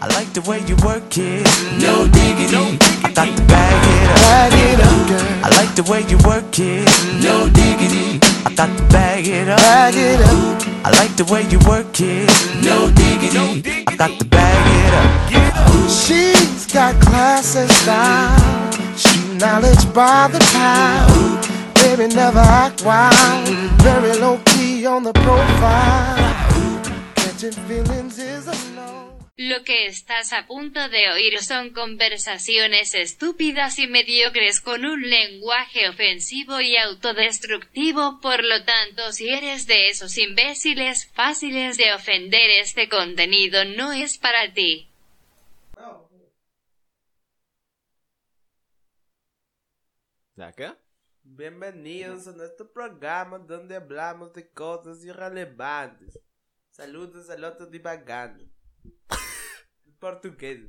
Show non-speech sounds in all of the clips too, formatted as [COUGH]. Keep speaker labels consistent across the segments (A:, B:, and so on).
A: I like the way you work it. No diggity. I thought to bag it up. I like the way you work it. No diggity. I thought to bag it up. I like the way you work it. No diggity. I thought to bag it up.
B: She's got class and style. She knowledge by the pile. Baby, never act wild. Very low key on the profile. Catching feelings is a no.
C: Lo que estás a punto de oír son conversaciones estúpidas y mediocres con un lenguaje ofensivo y autodestructivo, por lo tanto si eres de esos imbéciles fáciles de ofender este contenido no es para ti.
D: ¿Saca?
B: Bienvenidos a nuestro programa donde hablamos de cosas irrelevantes. Saludos al otro divagando. Portugués.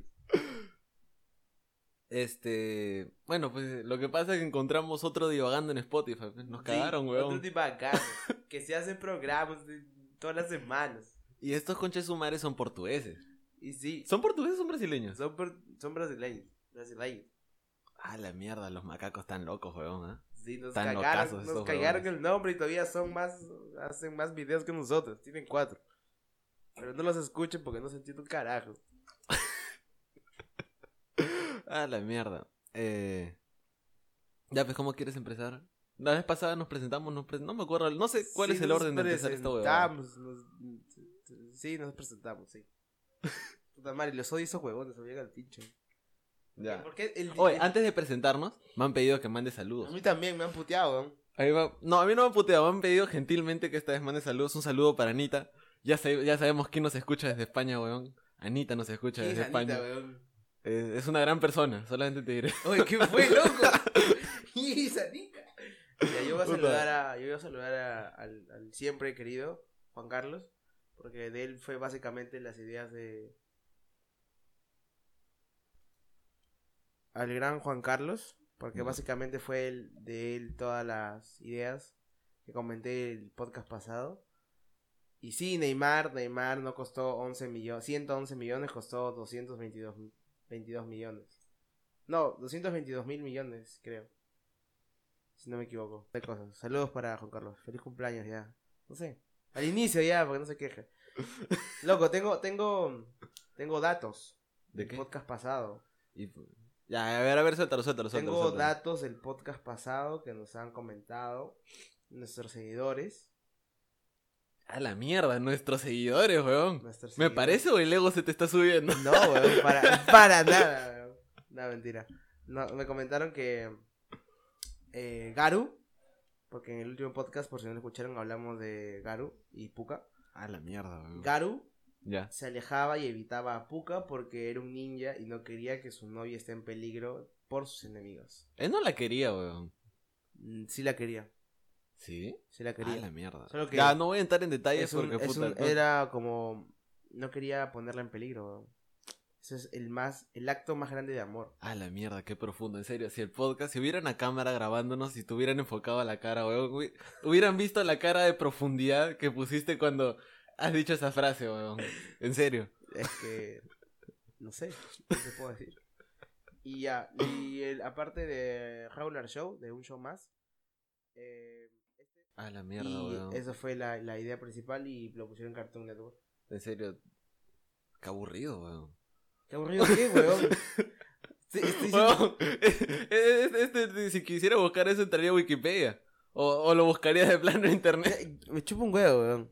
D: Este. Bueno, pues lo que pasa es que encontramos otro divagando en Spotify. pues, Nos cagaron,
B: Sí,
D: weón.
B: Otro divagando. que se hacen programas de- todas las semanas.
D: Y estos conches sumares son portugueses.
B: Y sí,
D: ¿Son portugueses o son brasileños?
B: son, por- son brasileños. Brasileños.
D: Ah, la mierda, los macacos están locos, weón. ¿eh?
B: Sí, nos
D: Están
B: cagaron,
D: locazos
B: nos
D: esos
B: cagaron el nombre y todavía son más, hacen más videos que nosotros, tienen cuatro. Pero no los escuchen porque no se entiende un carajo.
D: Ah, la mierda. Eh... Ya, pues, ¿cómo quieres empezar? La vez pasada nos presentamos, nos pre- no me acuerdo, no sé cuál
B: Sí,
D: es el
B: nos
D: orden de empezar esta huevada.
B: presentamos, nos- Sí, nos presentamos,
D: [LAUGHS]
B: sí. Puta madre, los odio esos huevones, se me llega el pincho.
D: Ya.
B: ¿Por qué el-
D: Oye,
B: el-
D: antes de presentarnos, me han pedido que mande
B: A
D: saludos.
B: mí también me han puteado, ¿no?
D: A mí me- No, a mí no me han puteado, me han pedido gentilmente que esta vez mande saludos. Un saludo para Anita. Ya, sa- ya sabemos quién nos escucha desde España, weón. Anita nos escucha
B: ¿Quién
D: desde
B: es Anita,
D: España.
B: weón?
D: Eh, es una gran persona, solamente te
B: [LAUGHS]
D: diré.
B: Oye, ¿qué fue, loco? ¿Quién es Anita? Ya, yo voy a
D: Puta.
B: saludar, a, yo voy a saludar a- al, al siempre querido Juan Carlos, porque de él fue básicamente las ideas de... Al gran Juan Carlos, porque
D: Ya.
B: básicamente fue él- de él todas las ideas que comenté el podcast pasado. Y sí, Neymar, Neymar no costó 11 millones, 111 millones, costó 222 mi- 22 millones. No, 222 mil millones, creo. Si no me equivoco. De cosas. Saludos para Juan Carlos. Feliz cumpleaños ya. No sé. Al inicio ya, porque no se
D: [LAUGHS]
B: queje. Loco, tengo, tengo, tengo datos.
D: ¿De
B: del
D: qué?
B: podcast pasado.
D: Y- ya, a ver, a ver, suéltalo, suéltalo, suéltalo.
B: Tengo
D: suéltalo.
B: datos del podcast pasado que nos han comentado nuestros seguidores.
D: A la mierda, nuestros seguidores, weón.
B: nuestros
D: ¿Me
B: seguidores.
D: parece o el ego se te está subiendo? [LAUGHS]
B: No, weón, para, para nada, weón. No, mentira. No, me comentaron que eh, Garu, porque en el último podcast, por si no lo escucharon, hablamos de Garu y Puka.
D: A la mierda, weón.
B: Garu
D: Ya.
B: se alejaba y evitaba a Puka porque era un ninja y no quería que su novia esté en peligro por sus enemigos.
D: Él no la quería, weón.
B: Mm, Sí la quería,
D: ¿Sí?
B: sí la
D: A
B: quería.
D: la mierda.
B: Solo que-
D: ya, no voy a entrar en detalles
B: Es un-
D: Ah, porque
B: es
D: puta.
B: un-
D: no-
B: era como no quería ponerla en peligro. weón. Ese es el más el acto más grande de amor.
D: A la mierda, qué profundo, en serio. Si el podcast, si hubiera una cámara grabándonos y tuvieran enfocado a la cara, weón, hubi- hubieran visto la cara de profundidad que pusiste cuando has dicho esa frase, weón. En serio.
B: Es que. No sé, ¿qué te puedo decir? Y ya, y el- aparte de Regular Show, de un show más. eh,
D: A la
B: y
D: mierda, weón.
B: esa fue la, la idea principal y lo pusieron en Cartoon Network.
D: En serio. Qué aburrido, weón.
B: Qué aburrido
D: [LAUGHS]
B: qué, weón. [LAUGHS] Sí, estoy diciendo-
D: Huevón, este, este, si quisiera buscar eso, entraría a Wikipedia. O, o lo buscaría de plano en internet. [LAUGHS]
B: me chupa un huevo, weón.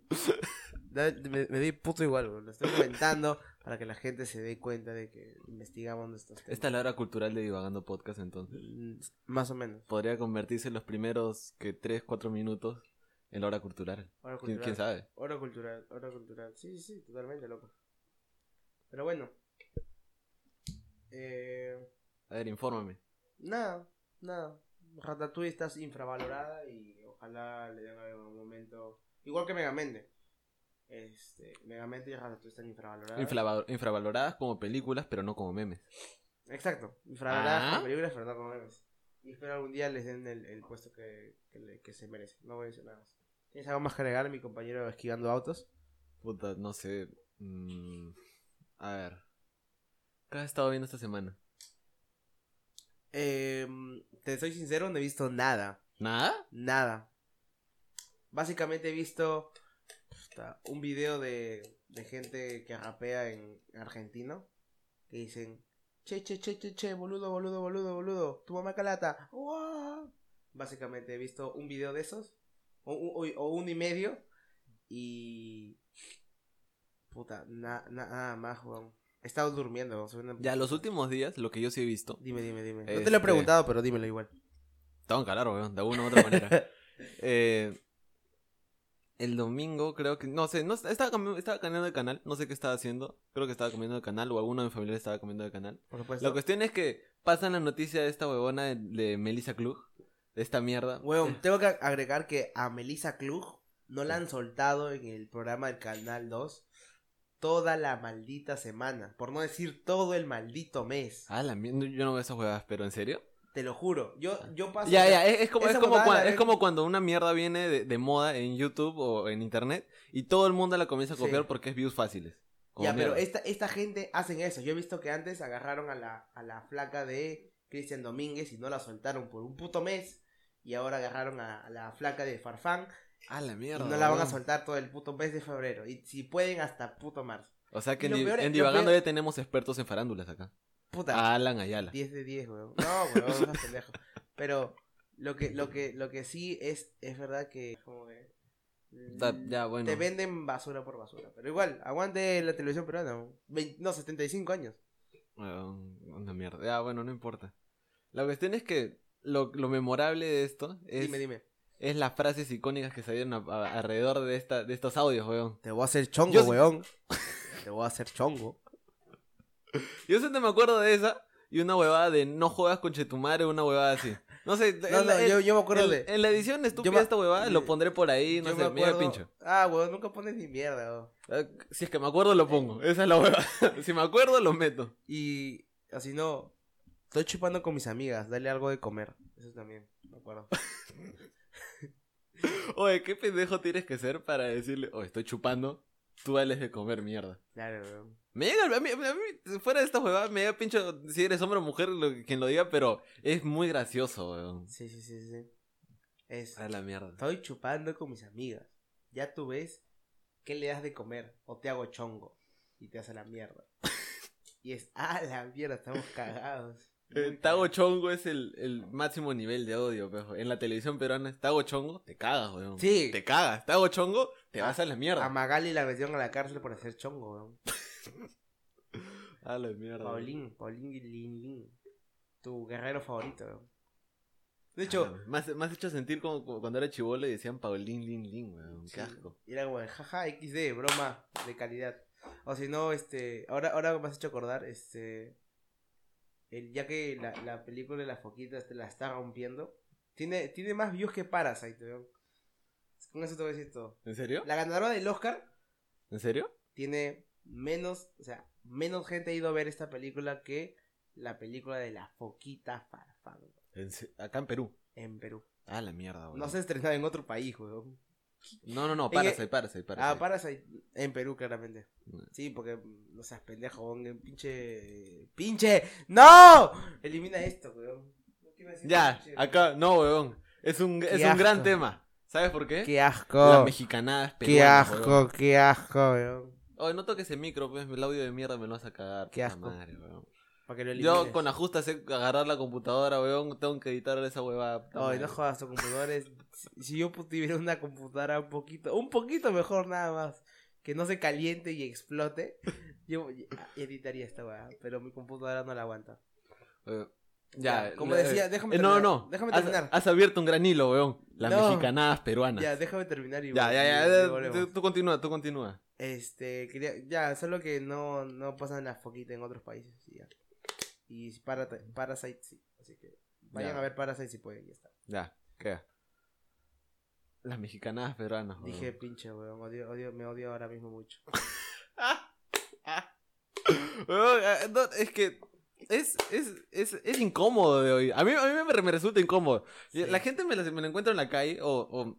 B: Da- Me, me di puto igual, weón. Lo estoy comentando para que la gente se dé cuenta de que investigamos nuestros temas.
D: Esta es la hora cultural de Divagando Podcast, entonces.
B: Mm, Más o menos.
D: Podría convertirse en los primeros que 3, 4 minutos en la hora cultural.
B: Ahora
D: ¿Quién,
B: cultural.
D: quién sabe?
B: Hora cultural, hora cultural. Sí, sí, sí, totalmente loco. Pero bueno. Eh,
D: A ver, infórmame.
B: nada, nada. Ratatouille está infravalorada y ojalá le den algún momento. Igual que Megamente. Este, Megamente y Ratatouille están infravaloradas.
D: Infrava- infravaloradas como películas, pero no como memes.
B: Exacto, infravaloradas
D: Ah.
B: como películas, pero no como memes. Y espero algún día les den el, el puesto que, que, le- que se merece. No voy a decir nada más. ¿Tienes algo más que agregar, mi compañero esquivando autos?
D: Puta, no sé. mm, a ver. ¿Qué has estado viendo esta semana?
B: Eh, te soy sincero, no he visto nada.
D: ¿Nada?
B: Nada. Básicamente he visto puta, un video de, de gente que rapea en argentino. Que dicen, che, che, che, che, che, boludo, boludo, boludo, boludo, tu mamá calata. uah". Básicamente he visto un video de esos. O, o- o uno y medio. Y... Puta, na- na- nada más, weón. He estado durmiendo. weón, soy una-
D: Ya, los últimos días, lo que yo sí he visto.
B: Dime, dime, dime. No te lo
D: Este-
B: he preguntado, pero dímelo igual.
D: Tengo que hablar, weón, de alguna u otra manera. Eh, el domingo, creo que. No sé, no, estaba, cambi- estaba cambiando de canal. No sé qué estaba haciendo. Creo que estaba cambiando de canal o alguno de mis familiares estaba cambiando de canal.
B: Por supuesto.
D: La cuestión es que pasan la noticia de esta huevona de, de Melissa Klug. De esta mierda.
B: Weón, tengo que agregar que a Melissa Klug no la han soltado en el programa del Canal 2 toda la maldita semana. Por no decir todo el maldito mes.
D: Ah, la mierda. Yo no veo esas huevas, pero ¿en serio?
B: Te lo juro. Yo, yo paso.
D: Ah. Ya, eh. ya, es, es como, es
B: esa
D: como,
B: huevada
D: cuan-
B: la
D: es
B: ve-
D: como cuando una mierda viene de, de moda en YouTube o en internet y todo el mundo la comienza a
B: Sí.
D: copiar porque es views fáciles. Como
B: Ya, pero
D: mierda.
B: esta, esta gente hacen eso. Yo he visto que antes agarraron a la, a la flaca de Cristian Domínguez y no la soltaron por un puto mes. Y ahora agarraron a, a la flaca de Farfán
D: Ah, la
B: y
D: mierda.
B: no la van a
D: huevón.
B: soltar todo el puto mes de febrero. Y si pueden, hasta puto marzo.
D: O sea que
B: Y lo
D: en, di-
B: peor es-
D: en
B: lo
D: divagando
B: peor-
D: ya tenemos expertos en farándulas acá.
B: Puta.
D: A Alan Ayala.
B: 10 de 10, weón. No, weón, no seas pendejo. Pero lo que, lo que, lo que sí es, es verdad que como que, mm,
D: Da- ya, bueno.
B: te venden basura por basura. Pero igual, aguante la televisión peruana. weón. Vein- no, 75 años.
D: Weón, una mierda. Ya, bueno, no importa. La cuestión es que lo, lo memorable de esto es,
B: Dime, dime.
D: es las frases icónicas que salieron a- a- alrededor de, esta, de estos audios, weón.
B: Te voy a hacer chongo,
D: Yo sí-
B: weón. Te voy a hacer chongo.
D: Yo siempre me acuerdo de esa y una huevada de no jodas con Chetumare, una huevada así. No sé,
B: [LAUGHS] No,
D: en
B: no,
D: la- en-
B: yo, yo me acuerdo
D: en-
B: de.
D: en la edición estúpida
B: me-
D: esta huevada lo pondré por ahí, no
B: yo
D: sé,
B: me
D: medio
B: acuerdo-
D: pincho.
B: Ah, weón, nunca pones ni mierda, weón.
D: Eh, Si es que me acuerdo lo pongo, esa es la huevada. [LAUGHS] si me acuerdo lo meto.
B: Y así no. Estoy chupando con mis amigas, dale algo de comer. Eso también, me acuerdo.
D: Oye, ¿qué pendejo tienes que ser para decirle, oye, estoy chupando, tú dales de comer mierda?
B: Claro, weón.
D: Me llega, a mí, a mí- fuera de esta huevada, me llega pincho, si eres hombre o mujer, lo- quien lo diga, pero es muy gracioso, weón.
B: Sí, sí, sí, sí, sí. Es.
D: A la mierda.
B: Estoy chupando con mis amigas. Ya tú ves qué le das de comer o te hago chongo y te hace la mierda. y es, ah, la mierda, estamos cagados.
D: Eh,
B: Muy
D: Tago
B: cagados.
D: Chongo es el, el máximo nivel de odio, pejo. En la televisión peruana, Tago Chongo, te cagas, weón.
B: Sí.
D: Te cagas. Tago Chongo, te vas a la
B: A
D: mierda.
B: Magali la metieron a la cárcel por hacer chongo, weón.
D: A la mierda.
B: Paulín, Paulín y Lin Lin. Tu guerrero favorito, weón. De
D: De hecho,
B: hecho,
D: Ah, me has, me has hecho sentir como, como cuando era chivolo y decían Paulín, Lin, Lin, weón.
B: sí,
D: Qué asco.
B: era como, de, jaja, XD, broma de calidad. O si no, este, ahora, ahora me has hecho acordar, este, el, ya que la, la película de las foquitas te la está rompiendo, tiene, tiene más views que Parasite, weón. Con eso te voy a decir todo.
D: ¿En serio?
B: La ganadora del Oscar
D: ¿En serio?
B: tiene menos, o sea, menos gente ha ido a ver esta película que la película de la foquita farfán
D: En se- Acá en Perú.
B: en Perú.
D: Ah, la mierda, weón.
B: No se ha estrenado en otro país, weón.
D: No, no, no,
B: En
D: Parasite, Parasite,
B: Ah,
D: Parasite.
B: Parasite en Perú, claramente.
D: Mm.
B: Sí, porque mm, no seas pendejo, weón, el pinche. ¡Pinche! ¡No! Elimina esto, weón. No te iba a decir
D: Ya,
B: pinche,
D: acá, no, weón. Es un, es
B: Qué
D: un gran
B: asco.
D: tema. ¿Sabes por qué?
B: ¡Qué
D: Las
B: asco!
D: mexicanadas
B: ¡Qué
D: peruanas, weón.
B: asco, qué asco, weón!
D: Oye, no toques el micro, pues el audio de mierda me lo vas a cagar.
B: Qué
D: puta
B: asco.
D: madre, weón.
B: Para que lo elimines.
D: Yo con ajusta sé agarrar la computadora, weón. Tengo que editar esa huevada. puta
B: Ay,
D: madre.
B: no jodas, tu computador es- si- Si yo pu- tuviera una computadora un poquito, un poquito mejor nada más, que no se caliente y explote, [LAUGHS] yo editaría esta weá, pero mi computadora no la aguanta.
D: Eh, Ya,
B: Ya, como
D: eh,
B: decía, déjame
D: eh, no,
B: terminar,
D: no.
B: déjame
D: has,
B: terminar.
D: Has abierto un gran hilo, weón. Las
B: No.
D: mexicanadas peruanas.
B: Ya,
D: Ya,
B: déjame terminar y
D: ya, ya.
B: y- y
D: ya,
B: volvemos.
D: tú, tú continúa, tú continúa.
B: Este, quería, ya, solo que no, no pasan las foquitas en otros países. Y, ya. y Parata- Parasite sí. Así que vayan
D: Ya.
B: a ver Parasite si pueden, ya está.
D: Ya, queda. Las mexicanadas peruanas, weón.
B: Dije, pinche, weón, odio, odio, me odio ahora mismo mucho.
D: Weón, ah, no, es que es, es, es, es incómodo de hoy. A mí, a mí me, me resulta incómodo. Y
B: Sí.
D: La gente me la, me la encuentro en la calle o, o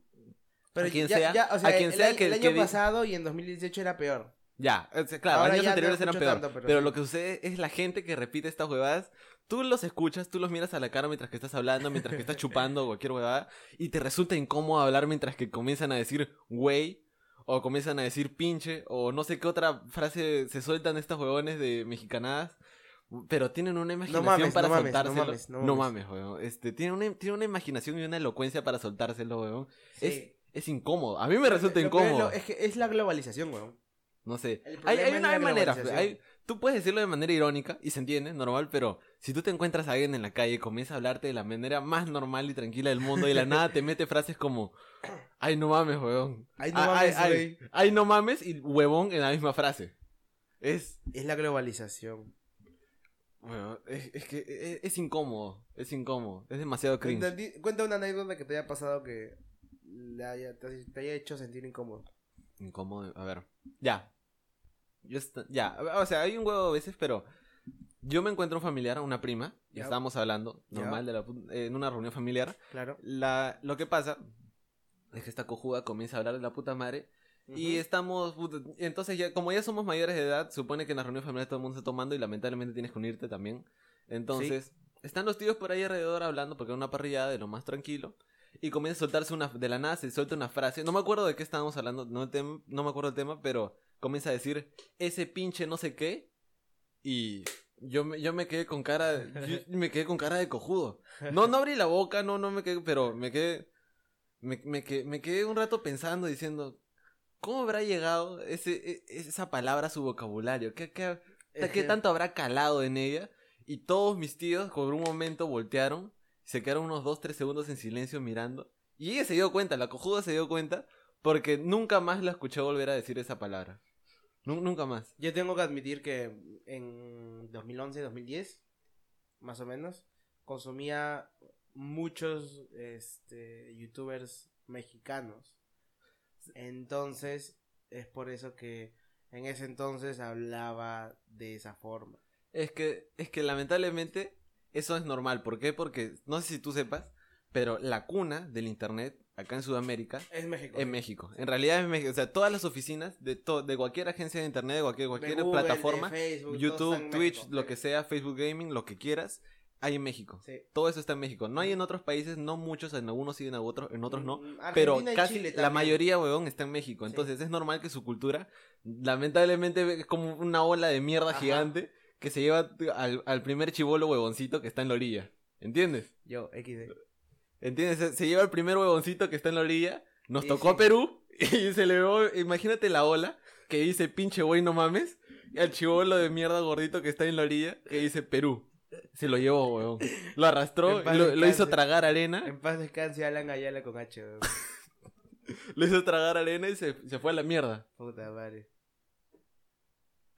B: Pero
D: a quien
B: ya-
D: sea,
B: ya, o sea,
D: a quien
B: el,
D: sea
B: el
D: que,
B: año
D: que diga-
B: pasado y en 2018 era peor.
D: Ya, o sea, claro,
B: Ahora
D: años
B: ya no
D: anteriores eran
B: escucho
D: peor.
B: tanto,
D: pero
B: pero sí.
D: lo que sucede es la gente que repite estas huevadas. Tú los escuchas, tú los miras a la cara mientras que estás hablando, mientras que estás chupando
B: [LAUGHS]
D: o cualquier huevada. Y te resulta incómodo hablar mientras que comienzan a decir güey. O comienzan a decir pinche. O no sé qué otra frase se sueltan estos huevones de mexicanadas. Pero tienen una imaginación
B: mames,
D: para
B: no mames, no
D: soltárselo.
B: mames, no
D: mames, huevón. Este, tiene una, tiene una imaginación y una elocuencia para soltárselo, huevón. Es,
B: Sí.
D: es incómodo. A mí me resulta
B: Lo peor es lo-
D: incómodo.
B: Es que es la globalización, weón.
D: No sé. Hay,
B: El problema
D: hay
B: es
D: una
B: la
D: hay maneras.
B: globalización.
D: hay- tú puedes decirlo de manera irónica y se entiende, normal, pero si tú te encuentras a alguien en la calle y comienza a hablarte de la manera más normal y tranquila del mundo y de la nada te mete frases como, ay no mames, huevón.
B: Ay, no
D: Ah,
B: mames,
D: ay,
B: güey.
D: ay, ay, no mames y huevón en la misma frase. Es,
B: Es la globalización.
D: huevón, es, es que es, es incómodo, es incómodo, es demasiado cringe.
B: Cuenta, di- cuenta una anécdota que te haya pasado que la haya- te, te haya hecho sentir incómodo.
D: Incómodo, a ver. Ya. Yo esta- ya, o sea, hay un huevo a veces, pero yo me encuentro un familiar, una prima, y
B: Ya.
D: estábamos hablando,
B: Ya.
D: normal, de la pu- en una reunión familiar.
B: Claro.
D: La, lo que pasa es que esta cojuda comienza a hablar de la puta madre, y estamos, puta, entonces ya, como ya somos mayores de edad, supone que en la reunión familiar todo el mundo está tomando y lamentablemente tienes que unirte también. Entonces, están los tíos por ahí alrededor hablando porque era una parrillada de lo más tranquilo. Y comienza a soltarse una, de la nada se suelta una frase. No me acuerdo de qué estábamos hablando, no, tem- no me acuerdo el tema, pero comienza a decir ese pinche no sé qué. Y yo me, yo me quedé con cara, yo me quedé con cara de cojudo. No, no abrí la boca, no, no me quedé, pero me quedé, me, me quedé, me quedé un rato pensando, diciendo, ¿cómo habrá llegado ese, e- esa palabra a su vocabulario? ¿Qué, qué, hasta
B: Este,
D: ¿Qué tanto habrá calado en ella? Y todos mis tíos por un momento voltearon, se quedaron unos 2, 3 segundos en silencio mirando. Y ella se dio cuenta, la cojuda se dio cuenta, porque nunca más la escuché volver a decir esa palabra. Nu- nunca más.
B: Yo tengo que admitir que en 2011, 2010, más o menos, consumía muchos este, youtubers mexicanos. Entonces, es por eso que en ese entonces hablaba de esa forma.
D: Es que, es que lamentablemente eso es normal. ¿Por qué? Porque, no sé si tú sepas, pero la cuna del Internet acá en Sudamérica
B: Es México.
D: En México. En realidad es México. O sea, todas las oficinas de, to- de cualquier agencia de internet, de cualquier,
B: De
D: cualquier
B: Google, de
D: plataforma,
B: Facebook, todo está
D: YouTube,
B: en
D: Twitch,
B: México.
D: lo que sea, Facebook Gaming, lo que quieras, hay en México.
B: Sí.
D: Todo eso está en México. No hay en otros países, no muchos, en algunos sí, en otros, en otros no.
B: Mm, Argentina
D: Pero
B: y
D: casi
B: Chile
D: la
B: también.
D: mayoría, huevón, está en México.
B: Sí.
D: Entonces es normal que su cultura, lamentablemente, es como una ola de mierda
B: Ajá.
D: gigante que se lleva al, al primer chivolo huevoncito que está en la orilla. ¿Entiendes?
B: Yo, XD.
D: ¿Entiendes? Se, se lleva el primer huevoncito que está en la orilla. Nos
B: Sí,
D: tocó
B: sí.
D: Perú [LAUGHS] y se le veo, imagínate la ola que dice pinche güey no mames. Y al chivolo de mierda gordito que está en la orilla que dice Perú. Se lo llevó, huevón. Lo arrastró,
B: En paz
D: lo, lo hizo
B: descanse.
D: tragar arena.
B: En paz descanse Alan Ayala con H. weón.
D: Lo hizo tragar arena y se, se fue a la mierda.
B: Puta madre.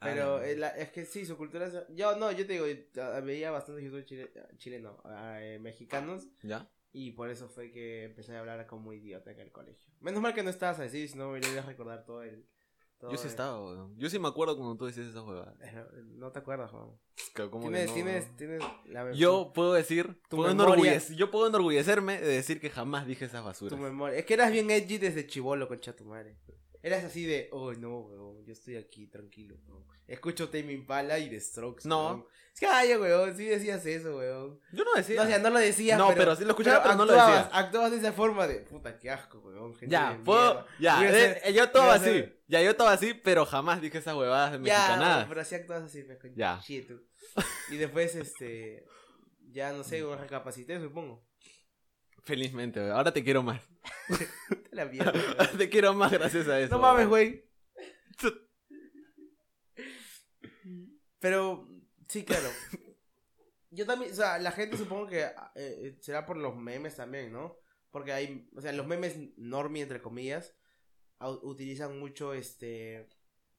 D: Ah,
B: Pero
D: no.
B: eh, la- es que sí, su cultura es... Yo, no, yo te digo, eh, veía bastante YouTube chile- chileno, eh, mexicanos,
D: ¿Ya?
B: y por eso fue que empecé a hablar como idiota en el colegio. Menos mal que no estabas así, si no me lo ibas a recordar todo el... todo
D: Yo sí
B: el-
D: estaba, huevón. Yo sí me acuerdo cuando tú decías esa huevada.
B: Eh, [LAUGHS] No te acuerdas, Juan.
D: Es que como que
B: Tienes,
D: no,
B: tienes,
D: huevón.
B: tienes la mem-
D: Yo puedo decir,
B: Tu
D: puedo
B: memoria-
D: enorgullec- yo puedo enorgullecerme de decir que jamás dije esas
B: Tu
D: basuras.
B: memoria. Es que eras bien edgy desde chivolo, concha tu madre. Eras así de, oh no, weón, yo estoy aquí tranquilo, weón. Escucho Tame Impala y The Strokes.
D: No.
B: weón. Es que, ay, weón, sí decías eso, weón.
D: Yo no decía.
B: No, o sea, no lo decías.
D: No, pero sí lo escuchaba, pero no lo
B: actuabas-
D: decía.
B: Actuabas de esa forma de, puta, qué asco, weón. gente de
D: Ya,
B: mierda".
D: puedo. Ya,
B: Hubiera
D: eh,
B: sido-
D: eh, yo todo
B: hubiera
D: así.
B: sido-
D: Ya, yo todo así, pero jamás dije esas huevadas
B: Ya,
D: mexicanadas.
B: pero así actuabas así, me concha
D: Ya.
B: chito. Y después, este, ya no sé, weón, recapacité, supongo.
D: Felizmente, güey. Ahora te quiero más. [LAUGHS]
B: Te la mierda,
D: Ahora
B: weón.
D: te quiero más gracias a eso.
B: No mames,
D: güey.
B: güey. [LAUGHS] Pero, sí, claro. Yo también, o sea, la gente supongo que eh, eh, será por los memes también, ¿no? Porque hay, o sea, los memes normie, entre comillas, au- utilizan mucho este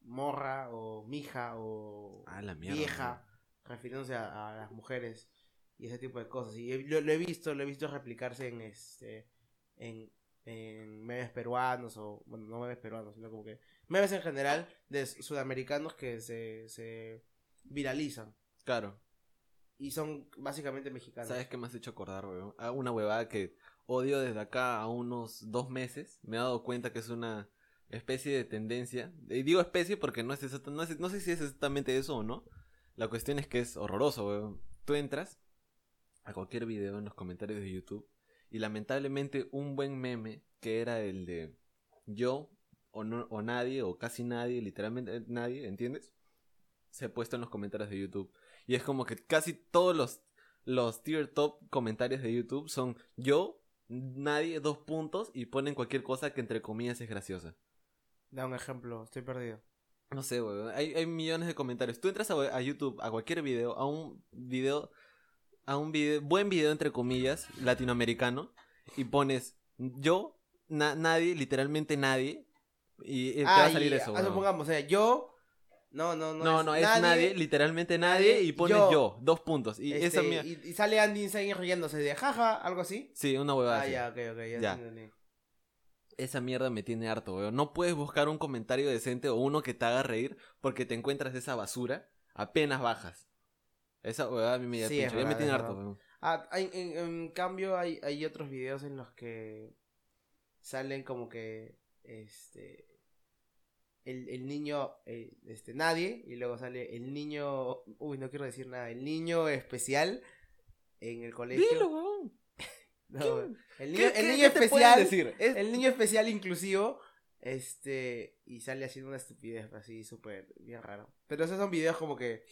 B: morra o mija o
D: Ah, la mierda,
B: vieja, refiriéndose a, a las mujeres y ese tipo de cosas. Y he- lo, lo he visto, lo he visto replicarse en este en, en memes peruanos o, bueno, no memes peruanos, sino como que memes en general de sudamericanos que se, se viralizan
D: Claro.
B: y son básicamente mexicanos.
D: ¿Sabes qué me has hecho acordar, weón? Ah, A una huevada que odio desde acá a unos dos meses. Me he dado cuenta que es una especie de tendencia. Y digo especie porque no, es exacta- no, es- no sé si es exactamente eso o no. La cuestión es que es horroroso, weón. Tú entras a cualquier video en los comentarios de YouTube y lamentablemente un buen meme que era el de yo o, no, o nadie o casi nadie, literalmente eh, nadie, ¿entiendes? Se ha puesto en los comentarios de YouTube. Y es como que casi todos los, los tier top comentarios de YouTube son yo, nadie, dos puntos y ponen cualquier cosa que entre comillas es graciosa.
B: Da un ejemplo, estoy perdido.
D: No sé, weón. Hay, hay millones de comentarios. Tú entras a, a YouTube, a cualquier video, a un video, a un video, buen video entre comillas, latinoamericano, y pones yo, na- nadie, literalmente nadie, y eh, te va a
B: y-
D: salir eso.
B: ah,
D: weón.
B: supongamos, o sea, yo. No, no, no.
D: No, no, es nadie, literalmente nadie,
B: nadie,
D: y pones
B: yo.
D: yo, dos puntos. Y
B: este,
D: esa mía.
B: y, y sale Andy Insane riéndose de jaja, algo así.
D: Sí, una huevada.
B: Ah,
D: así.
B: ya, ok, ok, ya,
D: Ya.
B: entendí.
D: Esa mierda me tiene harto, weón. No puedes buscar un comentario decente o uno que te haga reír porque te encuentras esa basura apenas bajas. Esa weón a mí me, da
B: Sí,
D: pincho,
B: es
D: ya me
B: verdad,
D: tiene
B: es
D: harto,
B: verdad.
D: weón.
B: Ah, hay- en, en cambio, hay, hay otros videos en los que salen como que. Este. El, el niño, eh, este, nadie, y luego sale el niño, uy, no quiero decir nada, el niño especial en el colegio.
D: Dilo, weón.
B: No,
D: ¿Qué-
B: el
D: qué-
B: niño, el
D: qué-
B: niño este
D: qué te pueden
B: especial,
D: decir? Es-
B: el niño especial inclusivo, este, y sale haciendo una estupidez así, súper, bien raro. Pero esos son videos como que,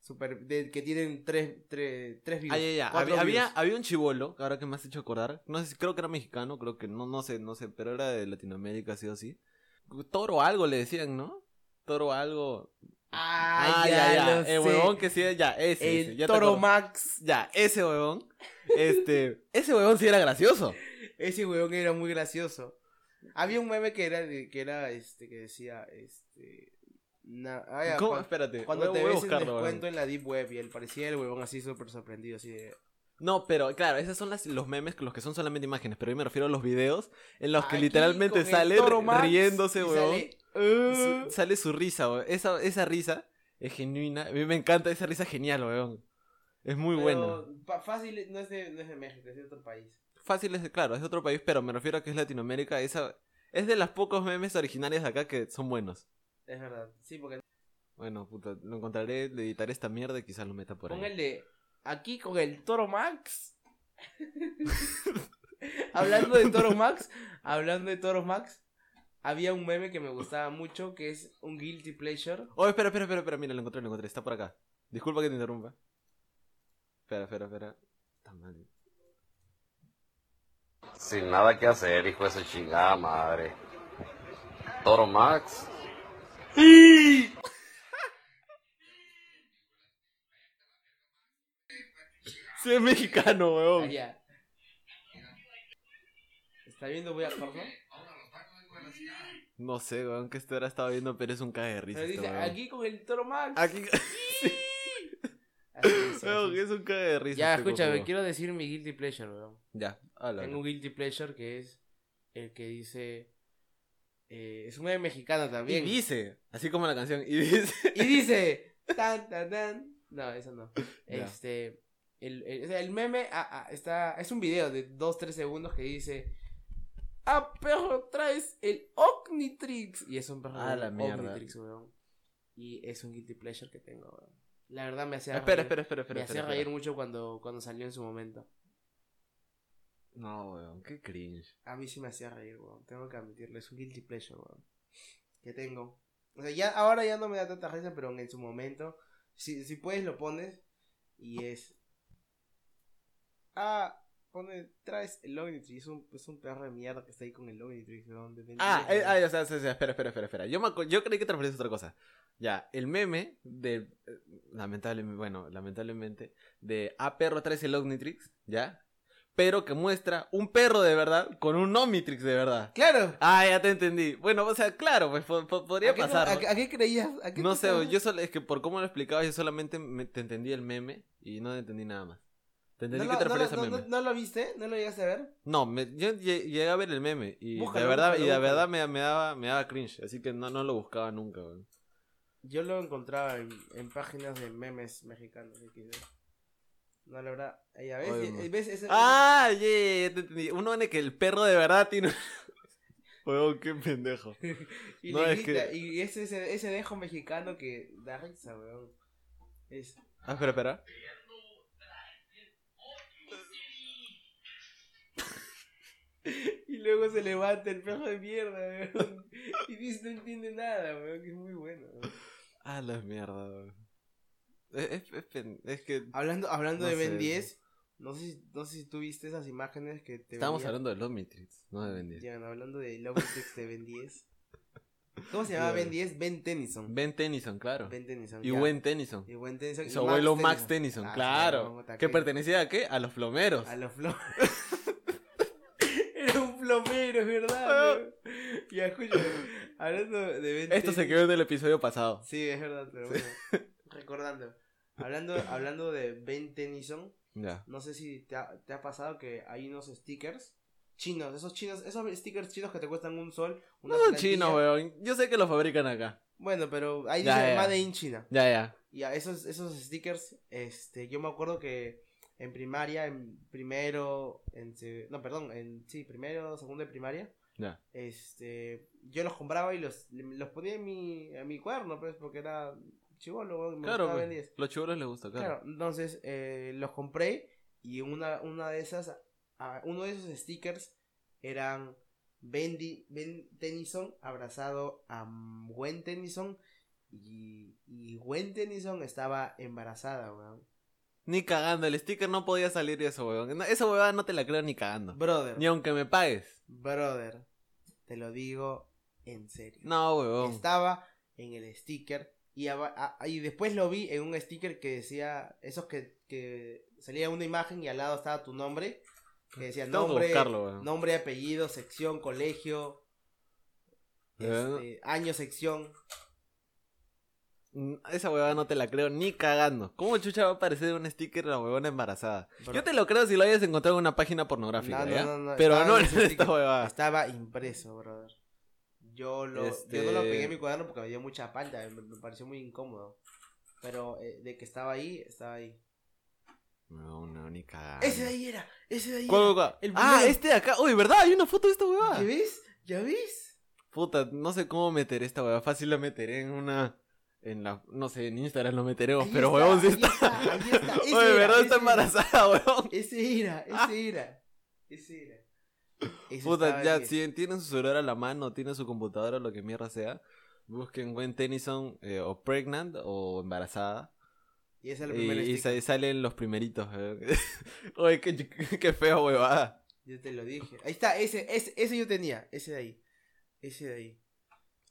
B: súper, de- que tienen tres, tres, tres views.
D: Ah, ya, ya.
B: cuatro
D: Había, había,
B: views.
D: había un chivolo, ahora que me has hecho acordar. No sé, si- creo que era mexicano, creo que no, no sé, no sé, pero era de Latinoamérica, sí o sí. Toro algo le decían, ¿no? Toro algo.
B: Ah, ya, lo
D: El
B: sé.
D: huevón que sí, ya, ese. ese,
B: El
D: ya te
B: Toro
D: acuerdo.
B: Max,
D: Ya, ese huevón. Este, ese huevón sí era gracioso.
B: ese huevón era muy gracioso. Había un meme que era, de- que era, este, que decía, este, na- ah, ya,
D: ¿Cómo?
B: cuan-
D: Espérate.
B: Cuando
D: voy-
B: te
D: voy a
B: ves en
D: buscarlo, huevón.
B: descuento en la deep web y él parecía el huevón así súper sorprendido, así de...
D: No, pero claro, esos son las- los memes, los que son solamente imágenes, pero yo me refiero a los videos en los que
B: Aquí
D: literalmente
B: con el
D: sale
B: Toro
D: ri-
B: Max
D: riéndose,
B: y
D: huevón.
B: sale, "Uh".
D: Su- sale su risa, weón. Esa, esa risa es genuina. A mí me encanta esa risa genial, weón. Es muy buena.
B: Pero pa- Fácil, no es, de, no es de México, es de otro país.
D: Fácil es, claro, es de otro país, pero me refiero a que es Latinoamérica. Esa, es de las pocos memes originarios de acá que son buenos.
B: Es verdad. Sí, porque
D: Bueno, puta, lo encontraré, le editaré esta mierda y quizás lo meta por
B: con
D: ahí.
B: el de aquí con el Toro Max. hablando de Toro Max, hablando de Toro Max, había un meme que me gustaba mucho que es un guilty pleasure.
D: Oh, espera, espera, espera, espera, mira, lo encontré, lo encontré, está por acá. Disculpa que te interrumpa. Espera, espera, espera. Está mal.
E: Sin nada que hacer, hijo de su chingada madre. Toro Max.
D: Sí, es mexicano, weón.
B: Allá. ¿Está viendo voy a corto?
D: No sé, weón, que este ahora estaba viendo, pero es un cague de risa.
B: Pero
D: este Ah,
B: dice,
D: weón.
B: aquí con el Toro Max.
D: Aquí. [LAUGHS]
B: Así, así,
D: Weón,
B: así.
D: es un cague de risa.
B: Ya,
D: este
B: escúchame,
D: cojudo.
B: quiero decir mi guilty pleasure, weón.
D: Ya, habla.
B: Tengo un guilty pleasure que es el que dice. eh, es un meme mexicano
D: Y
B: también.
D: dice, así como la canción, y dice.
B: Y dice, Tan, tan, tan. No, eso no.
D: Ya.
B: Este. El, el- o sea, el meme ah, ah, está. Es un video de 2-3 segundos que dice. Ah, perro, traes el Omnitrix. Y es un perro
D: Ah, la mierda.
B: Omnitrix, weón. Y es un guilty pleasure que tengo, weón. La verdad me hacía
D: [LAUGHS] Espera,
B: reír.
D: espera, espera,
B: me
D: espera.
B: hacía
D: espera,
B: reír
D: espera.
B: mucho cuando, cuando salió en su momento.
D: No, weón, qué cringe.
B: A mí sí me hacía reír, weón. Tengo que admitirlo. Es un guilty pleasure, weón. Que tengo. O sea, ya, ahora ya no me da tanta risa, pero en su momento. Si, si puedes, lo pones. Y es. Ah, pone. Traes el Omnitrix. Es un, es un perro de mierda que está ahí con el Omnitrix, weón. de- de-
D: Ah,
B: de-
D: eh, ah, o sea, sí, sí, espera, espera, espera, espera. Yo, me acu- yo creí que te referías a otra cosa. Ya, el meme de. eh, Lamentablemente, bueno, lamentablemente, de A perro traes el Omnitrix, ¿ya? Pero que muestra un perro de verdad con un Omnitrix de verdad.
B: ¡Claro!
D: Ah, ya te entendí. Bueno, o sea, claro, pues po- po- podría
B: ¿A qué,
D: pasar.
B: a-
D: ¿no?
B: a qué creías? ¿A qué
D: No
B: te
D: sé,
B: estabas-
D: yo solo, es que por cómo lo explicabas yo solamente me- te entendí el meme y no entendí nada más. Te
B: ¿No
D: entendí
B: lo-
D: que te
B: no lo-
D: referías
B: no-
D: al meme.
B: no- ¿No lo viste? ¿No lo llegaste a ver?
D: No, me- yo lle- llegué a ver el meme y
B: Búscalo,
D: de verdad, y
B: búscalo,
D: de verdad me, me daba, me daba cringe, así que no, no lo buscaba nunca, weón.
B: Yo lo encontraba en, en páginas de memes mexicanos. XD. No, la verdad. Ahí, ¿ves?
D: Oye,
B: Eh,
D: man.
B: ¿ves? Ese-
D: [LAUGHS] Ah, yeah, ya te entendí. Uno en el que el perro de verdad tiene Huevón, qué pendejo.
B: Y
D: No,
B: le
D: es que-
B: grita, y es ese, ese dejo mexicano que da risa, weón. Es,
D: Ah, espera, espera.
B: y luego se levanta el perro de mierda, weón. [LAUGHS] Y dice, no entiende nada, weón, que es muy bueno. weón.
D: Ah, la mierda, weón. Es, es- es pen- es que.
B: Hablando, hablando
D: No
B: de
D: sé.
B: Ben 10, no sé, si- no sé si tú viste esas imágenes que te
D: Estábamos
B: venía-
D: hablando de Lomitrix, no de Ben 10.
B: Ya, hablando de Love Six de Ben 10. ¿Cómo se llama
D: Ya.
B: Ben 10? Ben Tennyson.
D: Ben Tennyson, claro.
B: Ben Tennyson.
D: y
B: ya.
D: Gwen Tennyson.
B: Y Gwen Tennyson.
D: Y
B: y
D: su abuelo Max Tennyson,
B: Ah, su
D: claro.
B: abuelo,
D: Que
B: ok.
D: pertenecía a qué? A los plomeros.
B: A los flores. [LAUGHS] Era un plomero,
D: Ah.
B: es verdad. weón. Ya, escúchame. Hablando de Ben
D: Esto se
B: Tennyson-
D: quedó del episodio pasado.
B: Sí, es verdad, pero bueno. Recordando. Hablando, hablando de Ben Tennyson,
D: Ya.
B: no sé si te ha, te ha pasado que hay unos stickers chinos, esos chinos, esos stickers chinos que te cuestan un sol, una
D: No son
B: plantilla.
D: chinos, weón. Yo sé que los fabrican acá.
B: Bueno, pero ahí
D: Ya,
B: dice
D: ya.
B: Made in China.
D: Ya, ya.
B: Y a esos, esos stickers, este, yo me acuerdo que en primaria, en primero, en se- no, perdón, en sí, primero, segundo de primaria,
D: Ya.
B: este, yo los compraba y los, los ponía en mi, en mi cuaderno, pues, porque era chivolo, me
D: Claro,
B: gustaba
D: pues,
B: Ben 10.
D: los chulos les gusta, claro.
B: Claro, entonces eh, los compré y una, una de esas, a- uno de esos stickers eran Bendy, Ben Tennyson abrazado a Gwen Tennyson y, y Gwen Tennyson estaba embarazada, weón.
D: Ni cagando, el sticker no podía salir eso, weón. No, esa huevada no te la creo ni cagando.
B: Brother,
D: Ni aunque me pagues.
B: brother, te lo digo en serio.
D: No, huevón.
B: Estaba en el sticker y, aba- a- y después lo vi en un sticker que decía, esos que, que salía una imagen y al lado estaba tu nombre, que decía
D: Tengo que
B: nombre,
D: buscarlo, weón.
B: nombre, apellido, sección, colegio,
D: ¿Verdad?
B: este, año, sección.
D: Mm, Esa huevada no te la creo ni cagando. ¿Cómo chucha va a aparecer un sticker de la huevona embarazada?
B: Bro.
D: Yo te lo creo si lo hayas encontrado en una página pornográfica,
B: No, no,
D: ¿ya?
B: no, no,
D: Pero
B: estaba
D: no
B: en
D: en
B: ese
D: esta
B: sticker.
D: huevada.
B: Estaba impreso, brother. Yo, lo, yo no lo
D: Este-
B: pegué en mi cuaderno porque me dio mucha palta, me, me pareció muy incómodo. Pero eh, de que estaba ahí, estaba ahí.
D: No, no, ni cagando.
B: Ese de ahí era, ese de ahí
D: Ah. ¿Cuál,
B: era.
D: cuál?
B: El
D: Ah,
B: primero.
D: este de acá. Uy, ¿verdad? Hay una foto de esta huevada.
B: ¿Ya ves? ¿Ya ves?
D: Puta, no sé cómo meter esta huevada. Fácil la meteré en una. En la, no sé, en Instagram lo meteremos,
B: Ahí
D: pero
B: está,
D: huevón, sí
B: ahí
D: está.
B: está, ahí
D: [LAUGHS]
B: está, ese
D: Oye,
B: era,
D: verdad
B: ese
D: está
B: era.
D: embarazada, huevón.
B: Ese era, ese
D: [LAUGHS]
B: era. Ese era. Ese
D: Puta,
B: estaba
D: ya,
B: bien.
D: si tienen su celular a la mano, tienen su computadora, lo que mierda sea, busquen Gwen Tennyson eh, o pregnant o embarazada.
B: Y ese es el
D: Y,
B: primer
D: y
B: sticker.
D: sa- salen los primeritos. weón. [LAUGHS] Oye, qué, [LAUGHS] qué feo, huevada.
B: Yo te lo dije. Ahí está, ese, ese, ese yo tenía, ese de ahí. Ese de ahí.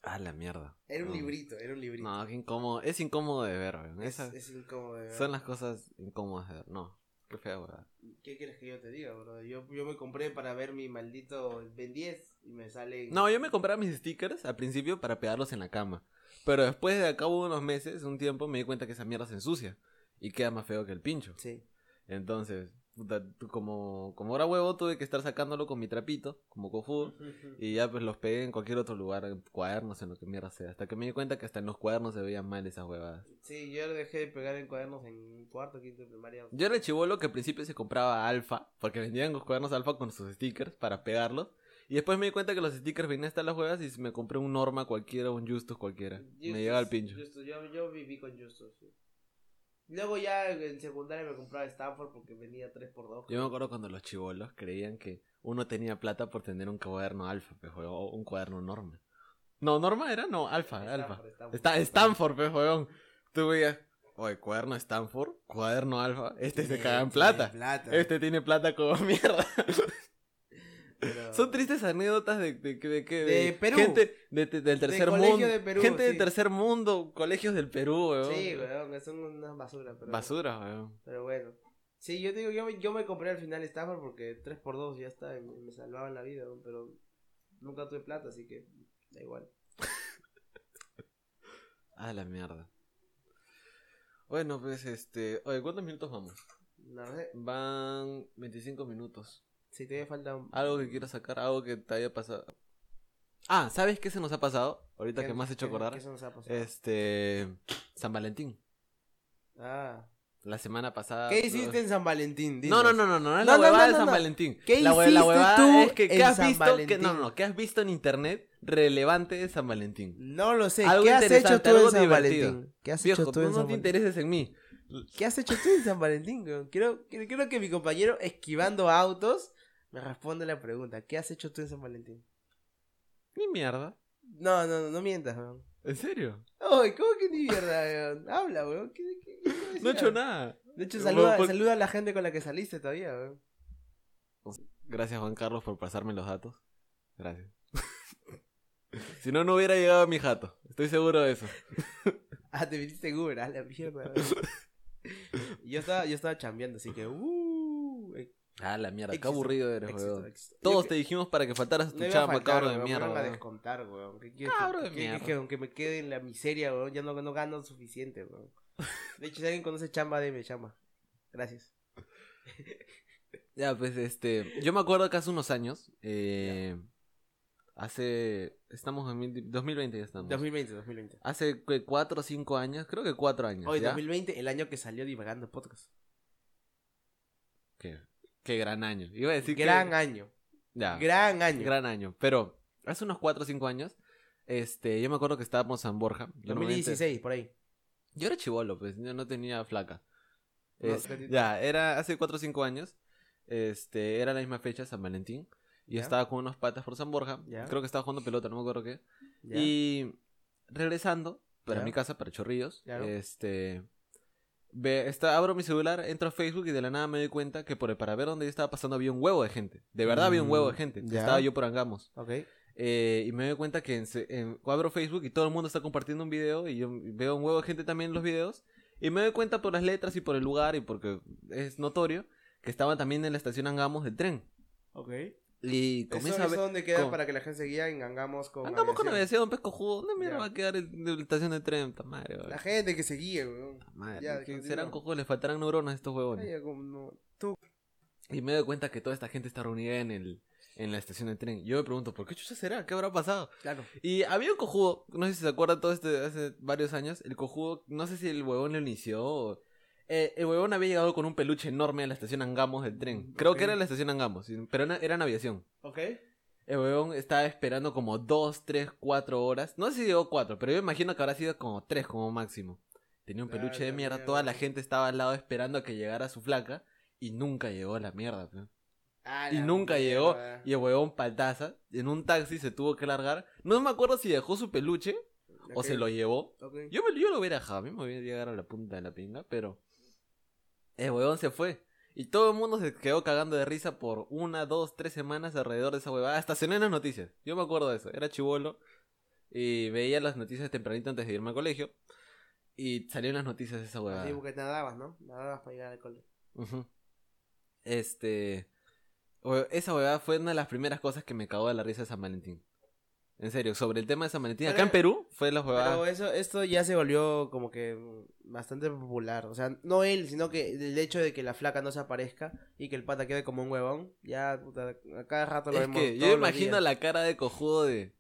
D: Ah, la mierda.
B: Era un
D: No.
B: librito, era un librito.
D: No, qué incómodo. Es incómodo de ver, weón.
B: es,
D: Esas
B: es eh, incómodo, de verdad.
D: son las cosas incómodas de ver. No, qué fea, huevada.
B: ¿Qué quieres que yo te diga, bro? Yo, yo me compré para ver mi maldito Ben 10 y me sale.
D: No, yo me compraba mis stickers al principio para pegarlos en la cama. Pero después de acá hubo unos meses, un tiempo, me di cuenta que esa mierda se ensucia. Y queda más feo que el pincho.
B: Sí.
D: Entonces, puta, tú como, como era huevo, tuve que estar sacándolo con mi trapito, como cojudo. Y ya pues los pegué en cualquier otro lugar, en cuadernos, en lo que mierda sea. Hasta que me di cuenta que hasta en los cuadernos se veían mal esas huevadas.
B: Sí, yo lo dejé de pegar en cuadernos en cuarto, quinto de primaria.
D: Yo era el chivolo que al principio se compraba alfa, porque vendían los cuadernos alfa con sus stickers para pegarlos. Y después me di cuenta que los stickers venían hasta las huevas y me compré un Norma cualquiera, un Justus cualquiera.
B: Justus,
D: me llegaba al pincho.
B: Justus, yo, yo viví con Justus. sí. Luego ya en secundaria me compraba Stanford porque venía 3x2.
D: Yo me acuerdo cuando los chivolos creían que uno tenía plata por tener un cuaderno alfa, pues, huevón, o un cuaderno norma. No, norma era, no, alfa, alfa.
B: Stanford,
D: Está Stanford, pues, huevón. Tú veías, oye, cuaderno Stanford, cuaderno alfa, este se
B: Tiene-
D: caga en
B: tiene
D: plata.
B: plata.
D: Este tiene plata como [LAUGHS] mierda.
B: Pero-
D: Son tristes anécdotas de, de, de, qué?
B: De Perú.
D: Gente de- de- del tercer
B: colegio
D: mundo.
B: de Perú,
D: gente
B: sí.
D: del tercer mundo, colegios del Perú, huevón.
B: Sí, weón, son unas basuras. Pero,
D: Basura, huevón.
B: Pero bueno. Sí, yo te digo, yo, me- yo me compré al final Stanford porque 3x2 ya está, y me, me salvaban la vida, weón, pero nunca tuve plata, así que da igual.
D: A la mierda. Bueno, pues este. Oye, ¿cuántos minutos vamos?
B: No sé,
D: Van 25 minutos.
B: si todavía falta un...
D: Algo que quieras sacar, algo que te haya pasado. Ah, ¿sabes qué se nos ha pasado? Ahorita que me has hecho
B: ¿Qué-
D: acordar.
B: qué se nos ha pasado?
D: Este. San Valentín.
B: Ah,
D: la semana pasada.
B: ¿Qué hiciste en San Valentín?
D: No, no, no,
B: Dinos.
D: no, no, no es
B: No,
D: la
B: no,
D: huevada
B: no,
D: de
B: no,
D: San
B: no.
D: Valentín.
B: ¿Qué
D: la, hue- la
B: hiciste
D: huevada
B: tú
D: es que ¿qué
B: en
D: has
B: San
D: visto? Que, no,
B: Valentín?
D: no, no, ¿qué has visto en internet relevante de San Valentín?
B: No lo sé.
D: Algo
B: ¿Qué has hecho
D: interesante,
B: tú en
D: algo
B: San
D: divertido.
B: Valentín? ¿Qué has
D: Viejo,
B: hecho
D: tú
B: tú en
D: no
B: San
D: te
B: Valentín?
D: intereses en mí.
B: ¿Qué has hecho tú en San Valentín? weón? Quiero, quiero, quiero que mi compañero, esquivando autos, me responda la pregunta. ¿Qué has hecho tú en San Valentín?
D: Ni mierda.
B: No, no, no, no mientas, weón.
D: ¿En serio?
B: Ay, ¿cómo que ni mierda, weón? Habla, weón. ¿Qué, qué- qué- qué
D: No pues- he hecho
B: decías?
D: nada.
B: De hecho,
D: Weón,
B: saluda,
D: por-
B: saluda a la gente con la que saliste todavía, weón.
D: Gracias, Juan Carlos, por pasarme los datos. Gracias. [LAUGHS] si no, no hubiera llegado mi jato. Estoy seguro de eso.
B: Ah, te metiste en Uber, a la mierda, weón.
D: [LAUGHS]
B: Yo estaba, yo estaba chambeando, así que, uh, ex-
D: Ah, la mierda, qué
B: Éxito,
D: aburrido eres,
B: éxito,
D: weón.
B: éxito. Yo
D: Todos
B: que-
D: te dijimos para que faltaras a tu
B: No iba a
D: chamba,
B: faltar,
D: cabrón de
B: weón,
D: mierda.
B: Me van a
D: weón.
B: descontar, weón. ¿Qué quieres
D: Cabrón
B: que-
D: de
B: qué quieres
D: mierda.
B: que aunque me quede en la miseria, weón, ya no, no gano suficiente, weón. De hecho, si alguien conoce chamba, deme chamba. Gracias.
D: Ya, pues este. Yo me acuerdo que hace unos años. Eh, hace. Estamos en mil- 2020 ya estamos.
B: 2020, 2020.
D: Hace ¿qué, cuatro o cinco años, creo que cuatro años.
B: Hoy,
D: ¿ya?
B: 2020, el año que salió Divagando Podcast.
D: Qué, qué gran año. Iba a decir que-
B: gran año.
D: Ya,
B: Gran año.
D: gran año. Pero hace unos cuatro o cinco años. Este, yo me acuerdo que estábamos en San Borja. Yo normalmente-
B: 2016, por ahí.
D: Yo era chivolo, pues yo no tenía flaca.
B: No,
D: Es-
B: pero-
D: ya, era hace 4 o 5 años. Este, era la misma fecha, San Valentín. Y
B: Ya.
D: estaba con unos patas por San Borja.
B: Ya.
D: Creo que estaba jugando pelota, no me acuerdo qué.
B: Ya.
D: Y regresando para
B: Ya.
D: mi casa, para Chorrillos,
B: Claro.
D: este. ve- está, abro mi celular, entro a Facebook y de la nada me doy cuenta que por el paradero donde yo estaba pasando había un huevo de gente. De verdad había un huevo de
B: Mm,
D: gente.
B: ya.
D: Estaba yo por Angamos.
B: Ok.
D: Eh, y me doy cuenta que en, se- en- abro Facebook y todo el mundo está compartiendo un video y yo veo un huevo de gente también en los videos. Y me doy cuenta por las letras y por el lugar y porque es notorio que estaba también en la estación Angamos del tren.
B: Ok.
D: Y
B: Eso,
D: comienza a
B: eso
D: ver...
B: donde queda
D: con-
B: para que la gente se guía en Angamos con
D: Angamos con
B: aviación.
D: aviación, pesco jugo. No mierda
B: Ya.
D: va a quedar en la estación de tren, puta madre. weón.
B: La gente que se guíe, weón.
D: Puta madre,
B: ya,
D: ¿qué
B: continúa.
D: serán cojos, les faltarán neuronas a estos
B: Ay,
D: huevones.
B: ya, como no. Tú.
D: Y me doy cuenta que toda esta gente está reunida en el en la estación de tren. Yo me pregunto, ¿por qué chucha será? ¿Qué habrá pasado?
B: Claro.
D: Y había un cojudo, no sé si se acuerdan todo este hace varios años, el cojudo, no sé si el huevón lo inició o... Eh, el huevón había llegado con un peluche enorme a la estación Angamos del tren. Creo
B: Mm, Ok.
D: que era la estación Angamos, sí, pero era, era en aviación.
B: Ok.
D: El huevón estaba esperando como dos, tres, cuatro horas. No sé si llegó cuatro, pero yo imagino que habrá sido como tres como máximo. Tenía un
B: Claro,
D: peluche de
B: la
D: mierda,
B: mierda.
D: toda la gente estaba al lado esperando a que llegara su flaca y nunca llegó a la mierda. pues. pe.
B: A
D: Y
B: la
D: nunca llegó.
B: mierda.
D: Y el huevón paltaza, en un taxi se tuvo que largar. No me acuerdo si dejó su peluche o
B: Ok.
D: se lo llevó.
B: Ok.
D: Yo, me, yo lo hubiera dejado, a mí me hubiera llegado a la punta de la pinga, pero el huevón se fue. Y todo el mundo se quedó cagando de risa por una, dos, tres semanas alrededor de esa huevada. Hasta cené en las noticias. Yo me acuerdo de eso. Era chivolo y veía las noticias tempranito antes de irme al colegio. Y salieron las noticias de esa huevada.
B: Así porque nadabas, ¿no? Nadabas para llegar al cole.
D: Ujú. Este. hue- Esa huevada fue una de las primeras cosas que me cagó de la risa de San Valentín. En serio, sobre el tema de San Valentín.
B: Pero-
D: Acá en Perú fue la huevada.
B: Pero eso, esto ya se volvió como que mm, bastante popular. O sea, no él, sino que el hecho de que la flaca no se aparezca y que el pata quede como un huevón, ya puta, a cada rato lo
D: Es
B: vemos.
D: que yo
B: todos los
D: imagino
B: días.
D: la cara de cojudo de.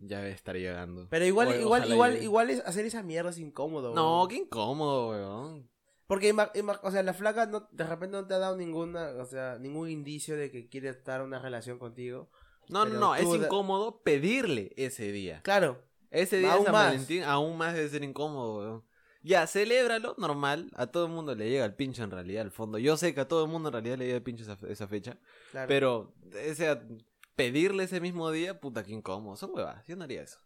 D: Ya debe estar llegando.
B: Pero igual,
D: O-
B: igual,
D: ojalá
B: igual,
D: llegue.
B: igual es hacer esa mierda es incómodo.
D: No,
B: weón.
D: qué incómodo, weón.
B: Porque, ima- ima- o sea, la flaca no, de repente no te ha dado ninguna, o sea, ningún indicio de que quiere estar en una relación contigo.
D: No,
B: Pero
D: no, no, es
B: tú da-
D: incómodo pedirle ese día.
B: Claro,
D: Ese día
B: Aún
D: de San
B: más.
D: Valentín aún más debe ser incómodo, weón. Ya, celébralo, normal. A todo el mundo le llega el pincho en realidad al fondo. Yo sé que a todo el mundo en realidad le llega el pincho esa, esa fecha.
B: claro.
D: Pero, o sea, pedirle ese mismo día, puta, qué incómodo. Son huevas, yo no haría eso.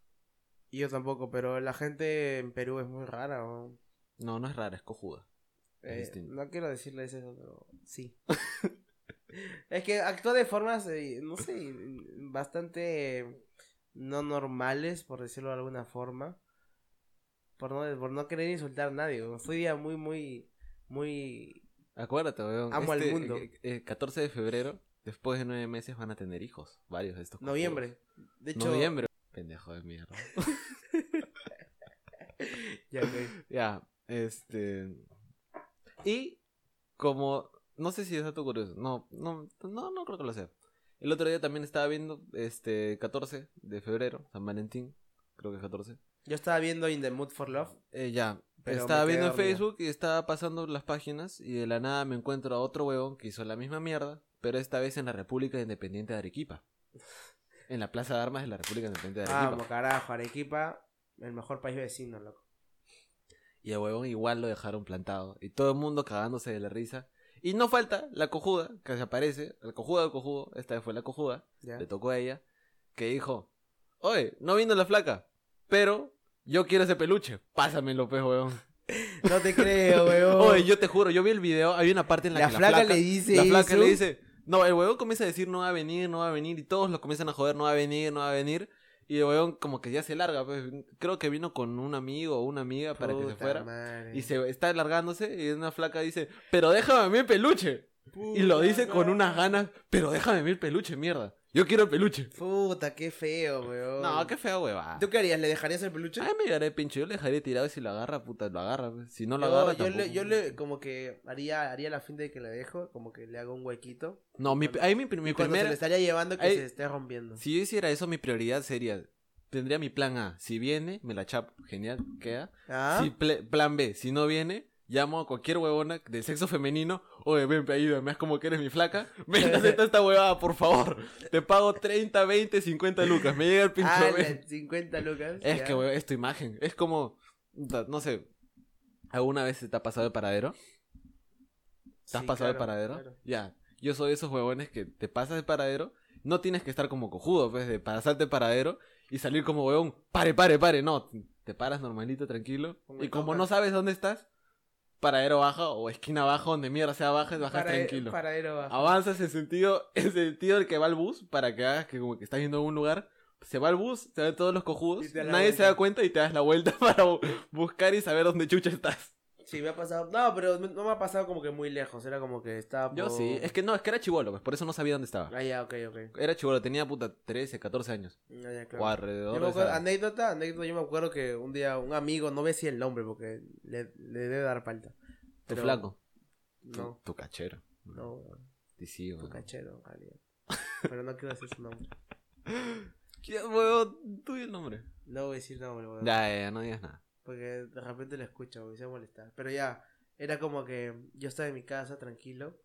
B: Y yo tampoco, pero la gente en Perú es muy rara. weón.
D: No, no es rara, es cojuda. Es
B: Eh,
D: distinto.
B: no quiero decirles eso, pero sí. [LAUGHS] es que actúa de formas, eh, no sé, bastante eh, no normales, por decirlo de alguna forma. Por no, por no querer insultar a nadie. weón. Fue un día muy, muy, muy...
D: Acuérdate, weón.
B: Amo al
D: este,
B: mundo.
D: eh, eh, 14 de febrero, después de nueve meses, van a tener hijos. Varios de estos. cojudos.
B: Noviembre. De hecho...
D: Noviembre. Pendejo de
B: [LAUGHS]
D: mierda.
B: Ya, ok.
D: ya, este. Y como. No sé si es dato curioso. No, no, no, no creo que lo sea. El otro día también estaba viendo, este, 14 de febrero, San Valentín. Creo que es 14.
B: Yo estaba viendo In the Mood for Love.
D: Eh, ya,
B: Pero
D: estaba
B: me quedé
D: viendo en
B: dormido.
D: Facebook y estaba pasando las páginas y de la nada me encuentro a otro huevón que hizo la misma mierda, pero esta vez en la República Independiente de
B: [LAUGHS]
D: Arequipa. En la Plaza de Armas de la República Independiente de Arequipa.
B: Vamos, carajo, Arequipa, el mejor país vecino, loco.
D: Y a huevón igual lo dejaron plantado. Y todo el mundo cagándose de la risa. Y no falta la cojuda que se aparece. La cojuda del cojudo. Esta vez fue la cojuda.
B: ¿Ya?
D: Le tocó a ella. Que dijo: Oye, no vino la flaca. Pero yo quiero ese peluche. Pásamelo, pues, huevón.
B: No
D: [LAUGHS]
B: te creo, weón.
D: Oye, yo te juro, yo vi el video. Hay una parte en la,
B: La
D: que
B: flaca le dice
D: La flaca
B: eso.
D: le dice. No, el huevón comienza a decir no va a venir, no va a venir. Y todos lo comienzan a joder, no va a venir, no va a venir. Y el huevón como que ya se larga. pues. Creo que vino con un amigo o una amiga para que se
B: Puta
D: fuera.
B: madre.
D: Y se está alargándose y una flaca dice, pero déjame mi peluche. Y lo dice con unas ganas, pero déjame mi peluche, mierda. Yo quiero el peluche.
B: Puta, qué feo, weón.
D: No, qué fea hueva.
B: ¿Tú qué harías? ¿Le dejarías el peluche?
D: Ay, me llevaré pinche, yo le dejaré tirado y si lo agarra, puta, lo agarra. pues. Si no lo
B: Yo-
D: agarra,
B: yo, le,
D: tampoco.
B: yo le, como que haría, haría la finta de que le dejo, como que le hago un huequito.
D: No, mi, ahí mi, mi
B: y cuando se
D: primera...
B: le estaría llevando que
D: ahí-
B: se esté rompiendo.
D: Si yo hiciera eso, mi prioridad sería... Tendría mi plan A. Si viene, me la chapo. Genial, queda.
B: ¿Ah?
D: Si ple- plan B, si no viene, llamo a cualquier huevona de sexo femenino. Oye, ven, pe, ayúdame, es como que eres mi
B: [LAUGHS]
D: flaca. Ven, acepta esta huevada, por favor. Te pago 30, 20, 50 lucas. Me llega el pincho.
B: Ah,
D: ven.
B: la 50 lucas.
D: Es
B: ya.
D: que, huevón, es tu imagen. Es como, puta, no sé, ¿alguna vez se te ha pasado de paradero? ¿Te has
B: Sí,
D: pasado de
B: claro,
D: paradero?
B: claro.
D: Ya. Yo soy de esos huevones que te pasas de paradero. No tienes que estar como cojudo, pues, de pasarte de paradero y salir como huevón. Pare, pare, pare. No, te paras normalito, tranquilo.
B: Como
D: y
B: el
D: como
B: Joker.
D: no sabes dónde estás, paradero baja o esquina baja, donde mierda sea baja, bajas
B: Parade-
D: tranquilo.
B: Paradero bajo.
D: Avanzas en sentido, [LAUGHS] en sentido del que va el bus para que hagas que como que estás yendo a un lugar. Se va el bus, se ven todos los cojudos,
B: Y te das la
D: nadie se
B: vuelta.
D: da cuenta y te das la vuelta [LAUGHS] para bu- buscar y saber dónde chucha estás.
B: Sí, me ha pasado. No, pero me- no me ha pasado como que muy lejos. Era como que estaba.
D: Yo
B: por-
D: sí, es que no, es que era chivolo, pues por eso no sabía dónde estaba.
B: Ah, ya, ok, ok.
D: Era chivolo, tenía puta 13, 14 años.
B: Ah, ya,
D: O
B: claro. Yo
D: alrededor
B: me
D: de
B: acuerdo-
D: esa edad.
B: anécdota, anécdota, yo me acuerdo que un día un amigo, no ve si el nombre porque le, le debe dar falta.
D: Tu
B: pero-
D: flaco. Ah,
B: No,
D: Tu, tu cachero.
B: no, weón.
D: Y sí,
B: tu
D: weón.
B: cachero, en realidad. Pero no quiero decir su nombre.
D: ¿Qué, weón? Tú y el nombre.
B: No voy a decir nombre, weón.
D: Ya, ya, ya, no digas nada.
B: Porque de repente lo escucho, weón, y se va a molestar. Pero ya, era como que yo estaba en mi casa tranquilo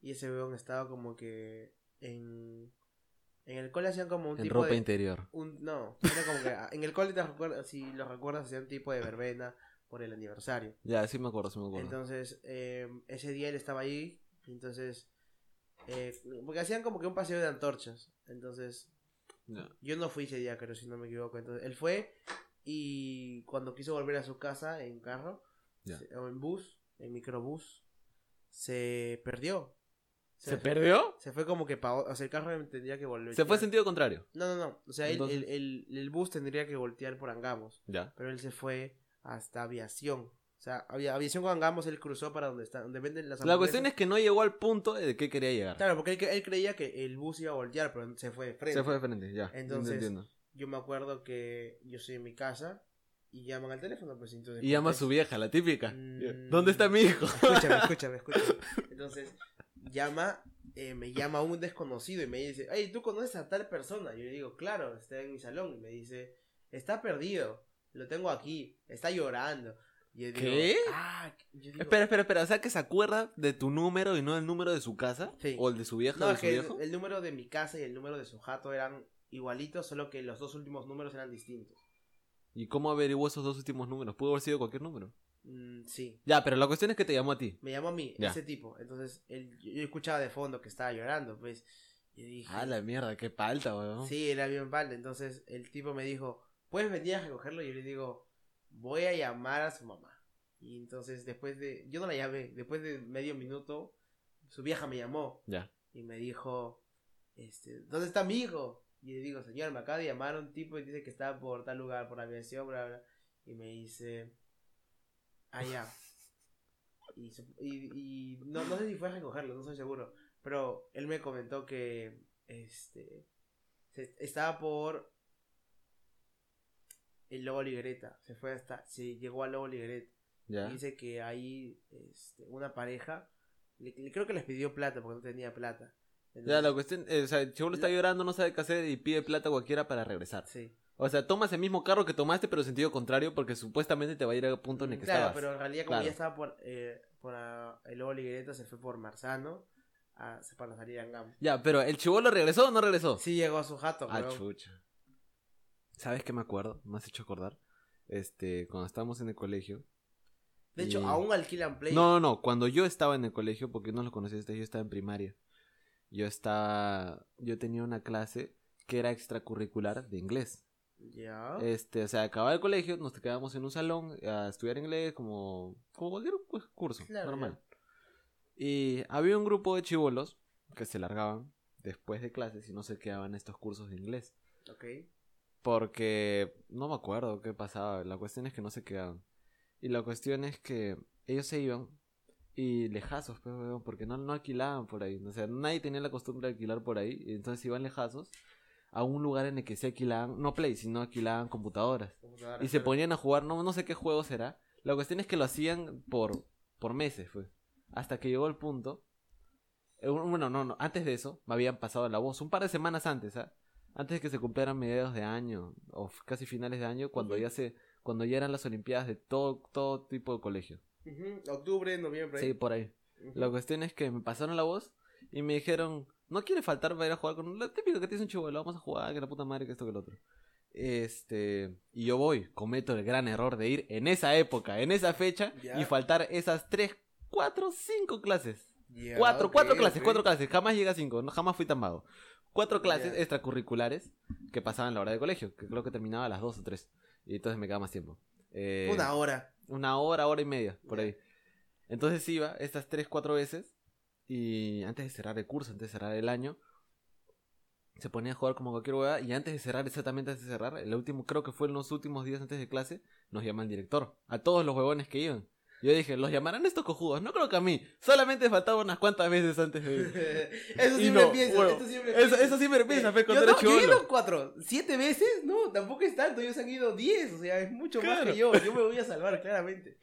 B: y ese weón estaba como que en. En el cole hacían como un
D: En
B: tipo
D: ropa
B: de.
D: interior.
B: un- no, era como que ah, en el cole te recuerdas, si lo recuerdas, hacían tipo de verbena por el aniversario.
D: Ya, sí me acuerdo, sí me acuerdo.
B: Entonces, eh, ese día él estaba ahí, y entonces, eh, porque hacían como que un paseo de antorchas. Entonces,
D: Ya.
B: yo no fui ese día, creo, si no me equivoco. Entonces, él fue y cuando quiso volver a su casa en carro,
D: Ya.
B: se- o en bus, en microbús, se perdió.
D: ¿Se perdió?
B: Se fue como que para... O sea, el carro tendría que volver.
D: Se fue sentido contrario.
B: No, no, no. O sea, él-
D: Entonces-
B: el, el- el bus tendría que voltear por Angamos
D: Ya.
B: pero él se fue hasta aviación. O sea, había, aviación con Angamos, él cruzó para donde está, donde venden las
D: La cuestión es que no llegó al punto de que quería llegar.
B: Claro, porque él, cre- él creía que el bus iba a voltear, pero se fue de frente.
D: Se fue de frente, ya.
B: Entonces,
D: Entiendo.
B: Yo me acuerdo que yo estoy en mi casa y llaman al teléfono, pues entonces...
D: Y llama a su
B: contesto.
D: vieja, la típica.
B: Mm.
D: ¿Dónde está mi
B: [LAUGHS]
D: hijo? [LAUGHS]
B: Escúchame, escúchame, escúchame. Entonces, llama, eh, me llama un desconocido y me dice, hey, ¿tú conoces a tal persona? Yo le digo, claro, está en mi salón. Y me dice, está perdido, lo tengo aquí, está llorando. Y yo digo,
D: ¿Qué?
B: "Ah", yo digo,
D: Espera, espera, espera. O sea, que se acuerda de tu número y no el número de su casa.
B: Sí.
D: O el de su vieja o
B: No,
D: de
B: es
D: su
B: que el,
D: viejo.
B: el número de mi casa y el número de su jato eran igualitos, solo que los dos últimos números eran distintos.
D: ¿Y cómo averiguó esos dos últimos números? Pudo haber sido cualquier número.
B: Mm, sí.
D: Ya, pero la cuestión es que te llamó a ti.
B: Me llamó a mí,
D: Ya.
B: ese tipo. Entonces, él- yo, yo escuchaba de fondo que estaba llorando, pues. Y dije.
D: Ah, la mierda, qué palta, weón.
B: Sí, era bien balde. Entonces, el tipo me dijo, ¿puedes venir a recogerlo? Y yo le digo, voy a llamar a su mamá. Y entonces, después de. Yo no la llamé. Después de medio minuto, su vieja me llamó.
D: Ya.
B: Y me dijo, este, ¿dónde está mi hijo? Y le digo, señor, me acaba de llamar un tipo y dice que está por tal lugar, por aviación, bla, bla. Y me dice, allá. Y, su- y, y no, no sé si fue a recogerlo, no estoy seguro. Pero él me comentó que, este, se- estaba por el Lobo Ligreta. Se fue hasta, se llegó al Lobo Ligreta.
D: Ya.
B: Dice que ahí este, una pareja, le- le- creo que les pidió plata porque no tenía plata.
D: Ya,
B: Entonces,
D: la cuestión. eh, o sea, el chivolo está llorando, no sabe qué hacer y pide plata a cualquiera para regresar.
B: Sí.
D: O sea, tomas el mismo carro que tomaste, pero en sentido contrario, porque supuestamente te va a ir al punto en el que
B: claro,
D: estabas.
B: pero en realidad como
D: Claro.
B: ya estaba por, eh, por ah, el Lobo Liguereta, se fue por Marzano a, se- para salir a Angam.
D: Ya, pero ¿el chivolo regresó o no regresó?
B: Sí llegó a su jato,
D: Ah,
B: weón.
D: chucha. ¿Sabes qué me acuerdo? Me has hecho acordar. Este, cuando estábamos en el colegio.
B: De hecho,
D: Y-
B: aún alquilan Play.
D: No, no, no. Cuando yo estaba en el colegio, porque no lo conociste, yo estaba en primaria. Yo estaba. Yo tenía una clase que era extracurricular de inglés.
B: Ya.
D: Este, o sea, acababa el colegio, nos quedábamos en un salón a estudiar inglés como, como cualquier cu- curso
B: Claro,
D: normal. Y había un grupo de chivolos que se largaban después de clases y no se quedaban a estos cursos de inglés.
B: Ok.
D: Porque no me acuerdo qué pasaba. La cuestión es que no se quedaban. Y la cuestión es que ellos se iban y lejazos, pues, weón, porque no, no alquilaban por ahí. O sea, nadie tenía la costumbre de alquilar por ahí. Y entonces iban lejazos a un lugar en el que se alquilaban, no play, sino alquilaban computadoras.
B: Computadora,
D: Y se
B: claro.
D: ponían a jugar, no, no sé qué juego será. La cuestión es que lo hacían por, por meses, fue. Hasta que llegó el punto. eh, Bueno, no, no, antes de eso me habían pasado la voz, un par de semanas antes, ¿ah? Antes de que se cumplieran mediados de año, o f- casi finales de año, cuando ya se, cuando ya eran las olimpiadas de todo, todo tipo de colegio.
B: Ujú, Octubre, noviembre.
D: Sí, por ahí.
B: Ujú.
D: La cuestión es que me pasaron la voz y me dijeron, no quiere faltar para ir a jugar con... Lo típico que te dice un chivolo, vamos a jugar, que la puta madre, que esto, que el otro. Este... Y yo voy, cometo el gran error de ir en esa época, en esa fecha,
B: Ya.
D: y faltar esas tres, cuatro, cinco clases.
B: Ya,
D: Cuatro,
B: ok,
D: cuatro clases,
B: ok.
D: cuatro clases. Jamás llegué a cinco, no, jamás fui tan vago. Cuatro clases
B: Ya.
D: extracurriculares que pasaban la hora de colegio, que creo que terminaba a las dos o tres. Y entonces me quedaba más tiempo. Eh,
B: Una hora.
D: una hora, hora y media, por
B: Ya.
D: ahí. Entonces iba estas tres, cuatro veces. Y antes de cerrar el curso, antes de cerrar el año, se ponía a jugar como cualquier hueá. Y antes de cerrar, exactamente antes de cerrar, el último, creo que fue en los últimos días antes de clase, nos llama el director. A todos los huevones que iban. Yo dije, los llamarán estos cojudos. No creo que a mí. Solamente faltaba unas cuantas veces antes de ir.
B: [LAUGHS] eso
D: Y
B: siempre
D: no,
B: pienso,
D: bueno,
B: esto siempre
D: Eso,
B: pienso.
D: eso sí me empieza, fe,
B: yo,
D: cuando
B: no,
D: era
B: yo he
D: chivolo.
B: ido cuatro, siete veces, no, tampoco es tanto, ellos han ido diez, o sea, es mucho más
D: Claro.
B: que yo, yo me voy a salvar,
D: [LAUGHS]
B: claramente.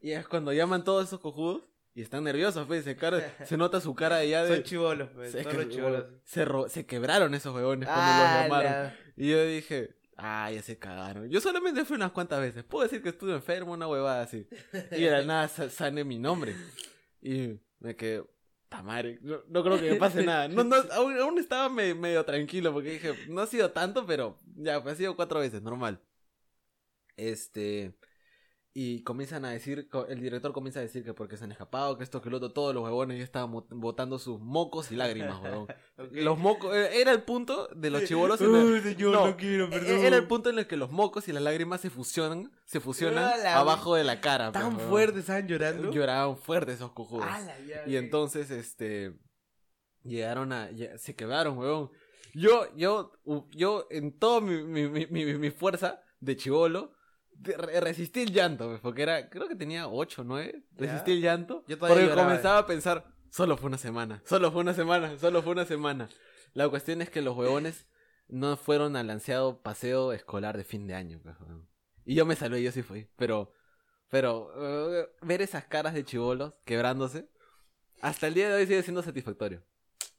D: Y es cuando llaman todos esos cojudos. Y están nerviosos, fe, se, cara- se nota su cara ya de...
B: Son chivolos, pues,
D: Se,
B: son
D: que-
B: los chivolos.
D: se ro- se quebraron esos huevones
B: Ah,
D: cuando los llamaron.
B: la-
D: Y yo dije, ah, ya se cagaron. Yo solamente fui unas cuantas veces. Puedo decir que estuve enfermo, una huevada así. Y de la nada sa- sale mi nombre. Y me quedé, tamare, no, no creo que me pase nada. No, no, aún, aún estaba me- medio tranquilo porque dije, no ha sido tanto, pero ya, pues ha sido cuatro veces, normal. Este. Y comienzan a decir, co- el director comienza a decir que porque se han escapado, que esto, que lo otro, todos los huevones ya estaban mo- botando sus mocos y lágrimas, huevón.
B: Ok.
D: Los mocos, eh, era el punto de los chivolos en el-
B: Uy, señor,
D: no, e-,
B: no, e, quiero, perdón.
D: era el punto en el que los mocos y las lágrimas se fusionan, se fusionan
B: Ah, la-
D: abajo de la cara. pues,
B: Tan
D: weón.
B: fuerte estaban llorando.
D: Lloraban fuerte esos cojudos.
B: Ah, la ya,
D: y
B: ok.
D: entonces, este, llegaron a, ya- se quedaron, weón. Yo, yo, u- yo, en toda mi, mi- mi- mi- mi fuerza de chivolo, de- re- resistí el llanto, pues, porque era, creo que tenía 8, 9,
B: Ya.
D: resistí el llanto.
B: Yo todavía
D: porque
B: lloraba.
D: comenzaba a pensar, solo fue una semana, solo fue una semana, solo fue una semana. La cuestión es que los huevones no fueron al ansiado paseo escolar de fin de año. pues, weón. Y yo me salvé, yo sí fui. Pero, pero eh, ver esas caras de chivolos quebrándose, hasta el día de hoy sigue siendo satisfactorio.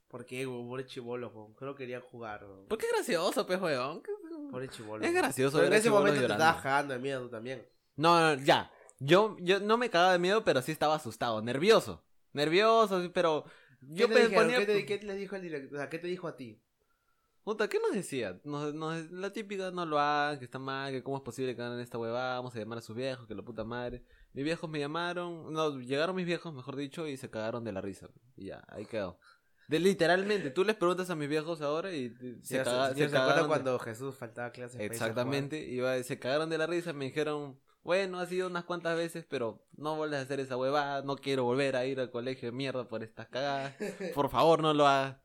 B: ¿Por qué, güey? Pobre chivolo, güey. Creo que querían jugar, güey.
D: Porque es gracioso, pues, weón.
B: Pobre chivolo.
D: Es
B: güey.
D: gracioso
B: Pero en
D: ver a
B: ese
D: chibolos
B: momento te
D: llorando.
B: estabas cagando de miedo tú también.
D: No, no, ya. Yo, yo no me cagaba de miedo, pero sí estaba asustado, nervioso. Nervioso, sí, pero yo
B: ¿Qué te
D: pe-
B: dijeron?
D: ponía-
B: ¿Qué, te, qué le dijo el director? O sea, ¿qué te dijo a ti?
D: Puta, ¿qué nos decía? Nos, nos- la típica no lo hagan, que está mal, que cómo es posible que hagan esta huevada, vamos a llamar a sus viejos, que la puta madre. Mis viejos me llamaron, no, llegaron mis viejos, mejor dicho, y se cagaron de la risa. Y ya, ahí quedó. De, literalmente, tú les preguntas a mis viejos ahora y y se,
B: Ya
D: caga-
B: se,
D: se
B: ya se
D: cagaron.
B: acuerda
D: de-
B: cuando Jesús faltaba clases. para irse a
D: Exactamente, iba, se cagaron de la risa, me dijeron, bueno, ha sido unas cuantas veces, pero no vuelves a hacer esa huevada, no quiero volver a ir al colegio de mierda por estas cagadas, por favor no lo hagas.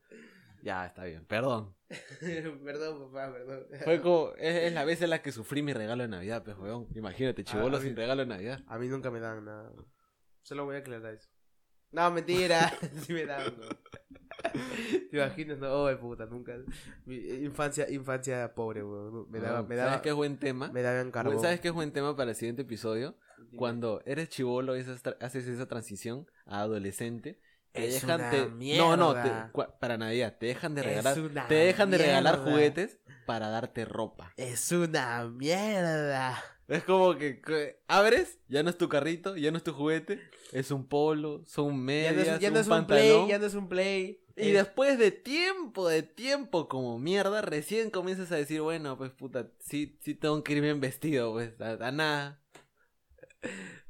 D: Ya, está bien, perdón.
B: jugar. [LAUGHS] perdón, papá, perdón.
D: Fue como, es, es la vez en la que sufrí mi regalo de Navidad, pues, weón. Imagínate, chivolo
B: Ah,
D: sin regalo de Navidad.
B: A mí nunca me dan nada. Solo voy a aclarar eso. No, mentira. [LAUGHS] sí me dan.
D: [LAUGHS]
B: güey. Te imaginas, no, oh, de puta, nunca. Mi eh, infancia, infancia pobre, güey. Me daba,
D: Ah,
B: me daba,
D: ¿Sabes qué es buen tema?
B: me daban carbón.
D: ¿Sabes qué es buen tema para el siguiente episodio?
B: Dime.
D: Cuando eres chivolo y haces tra- haces esa transición a adolescente Te
B: Es
D: dejan
B: una
D: te-
B: mierda.
D: No, no, te- cua- para Navidad te dejan de
B: Es
D: regalar,
B: una
D: te dejan de regalar
B: mierda.
D: juguetes para darte ropa.
B: Es una mierda.
D: Es como que, que abres, ya no es tu carrito, ya no es tu juguete, es un polo, son
B: Ya
D: medias,
B: no es, ya
D: un,
B: no es un
D: pantalón.
B: play, ya no es un play.
D: Y
B: Es-
D: después de tiempo, de tiempo como mierda, recién comienzas a decir, bueno, pues puta, sí, sí tengo que ir bien vestido, pues, a, a nada.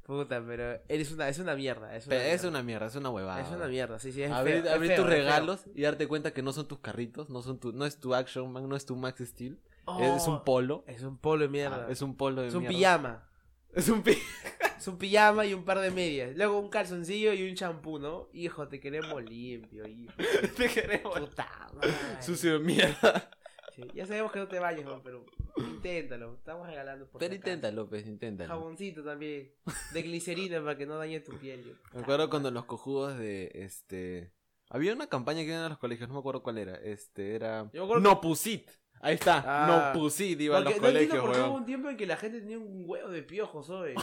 B: Puta, pero eres una, es una mierda. Es una
D: Pero es
B: mierda.
D: una mierda, es una huevada.
B: Es una mierda, sí, sí. Es
D: abrir
B: feo, es
D: abrir
B: feo,
D: tus
B: es feo.
D: regalos y darte cuenta que no son tus carritos, no son tu, no es tu Action Man, no es tu Max Steel,
B: Oh,
D: es un polo.
B: Es un polo de mierda.
D: Ah, es un polo de
B: Es un
D: mierda.
B: pijama.
D: Es un pi- [LAUGHS]
B: Es un pijama y un par de medias. Luego un calzoncillo y un champú, ¿no? Hijo, te queremos limpio, hijo.
D: [LAUGHS] Te queremos.
B: Puta madre.
D: Sucio de mierda.
B: Sí, ya sabemos que no te bañas, ¿no? pero inténtalo. Estamos regalando por
D: Pero
B: si acaso.
D: inténtalo, López, inténtalo.
B: Jaboncito también. De glicerina para que no dañe tu piel. yo.
D: Me acuerdo cuando los cojudos de este. Había una campaña que iban a los colegios, no me acuerdo cuál era. Este era.
B: Yo me acuerdo
D: No pusit. Ahí está.
B: Ah.
D: no pusit iba
B: Porque
D: a los
B: no entiendo
D: colegios,
B: por qué hubo
D: weón.
B: un tiempo en que la gente tenía un huevo de
D: [LAUGHS]
B: piojos, oye.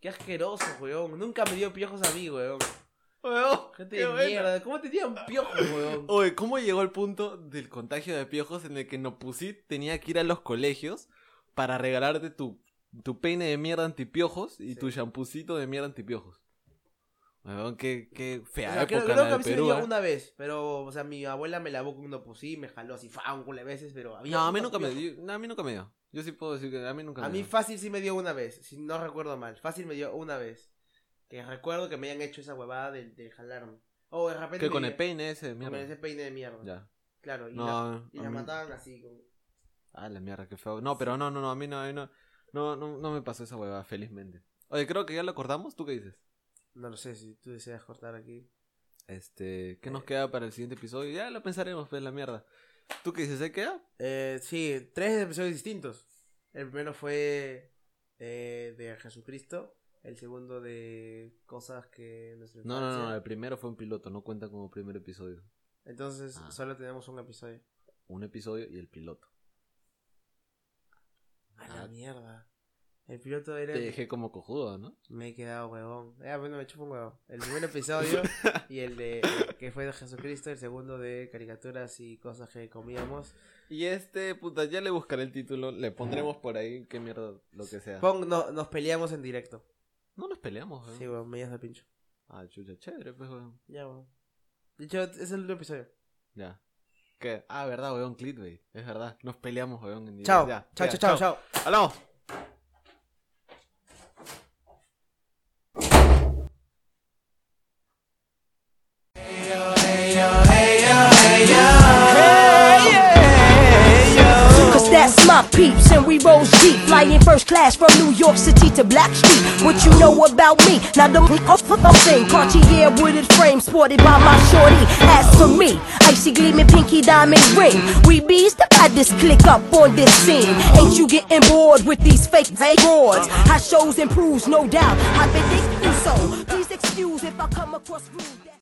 B: qué asqueroso, weón. Nunca me dio piojos a mí, weón.
D: Weón,
B: Gente
D: qué
B: de
D: buena.
B: mierda. ¿Cómo te dieron
D: [LAUGHS]
B: piojos, weón?
D: Oye, ¿cómo llegó el punto del contagio de piojos en el que no pusit tenía que ir a los colegios para regalarte tu, tu peine de mierda antipiojos y
B: Sí.
D: tu champucito de mierda antipiojos? Weón, qué, qué
B: O
D: fea
B: sea, creo,
D: época
B: creo
D: la
B: que
D: de
B: a mí se me
D: Perú.
B: dio
D: ¿eh?
B: una vez, pero, o sea, mi abuela me lavó con un pusí, me jaló así, fa, un culo de veces, pero había.
D: No, a mí
B: putos
D: nunca me
B: piojos.
D: dio. no, a mí nunca me dio. Yo sí puedo decir que a mí nunca
B: A
D: me
B: mí
D: dio.
B: fácil sí me dio una vez, si no recuerdo mal. Fácil me dio una vez. Que recuerdo que me hayan hecho esa huevada de, de jalarme. O de repente.
D: Que con
B: me-
D: el peine ese de
B: Con
D: mierda.
B: ese peine de mierda.
D: Ya.
B: Claro, y, la,
D: No,
B: y
D: a
B: la
D: mí-
B: mataban así. Con...
D: Ah, la mierda, qué feo. No, pero no, no, no, a mí no, a mí no. No, no, no me pasó esa huevada, felizmente. Oye, creo que ya lo cortamos. ¿Tú qué dices?
B: No lo sé si tú deseas cortar aquí.
D: Este, ¿qué nos queda para el siguiente episodio? Ya lo pensaremos, pues, la mierda. ¿Tú qué dices? ¿Se queda?
B: Eh, sí, tres episodios distintos. El primero fue eh, de Jesucristo. El segundo de cosas que nuestra
D: No, no, no,
B: infancia.
D: el primero fue un piloto, no cuenta como primer episodio.
B: Entonces
D: Ah.
B: solo tenemos un episodio.
D: Un episodio y el piloto.
B: A
D: Ah.
B: la mierda. El piloto era.
D: Te dejé como cojudo, ¿no?
B: Me he quedado huevón. Eh, bueno, me chupo un huevo. El primer
D: [LAUGHS]
B: episodio y el de que fue de Jesucristo. El segundo de caricaturas y cosas que comíamos.
D: Y este, puta, ya le buscaré el título, le pondremos por ahí, qué mierda, lo que sea.
B: Pong, no, nos peleamos en directo.
D: Pues, No nos peleamos, weón.
B: Sí, huevón, me llevas al pincho.
D: Ah, chucha, chévere, pues, weón.
B: Ya, huevón. De hecho, es el último episodio.
D: Ya. ¿Qué? Ah, verdad, weón, clickbait. Es verdad, nos peleamos, weón. en
B: Chao.
D: directo. Ya,
B: Chao,
D: ya,
B: chao, chao, chao.
D: ¡Hablamos!
F: Cause that's my peeps and we roll deep Flying first class from New York City to Black Street What you know about me? Now don't I'm I'm saying Cartier wooded frame Sported by my shorty As for me, icy gleaming pinky diamond ring We bees to buy this click up on this scene Ain't you getting bored with these fake fake boards? I shows improves, no doubt I've been thinking so Please excuse if I come across rude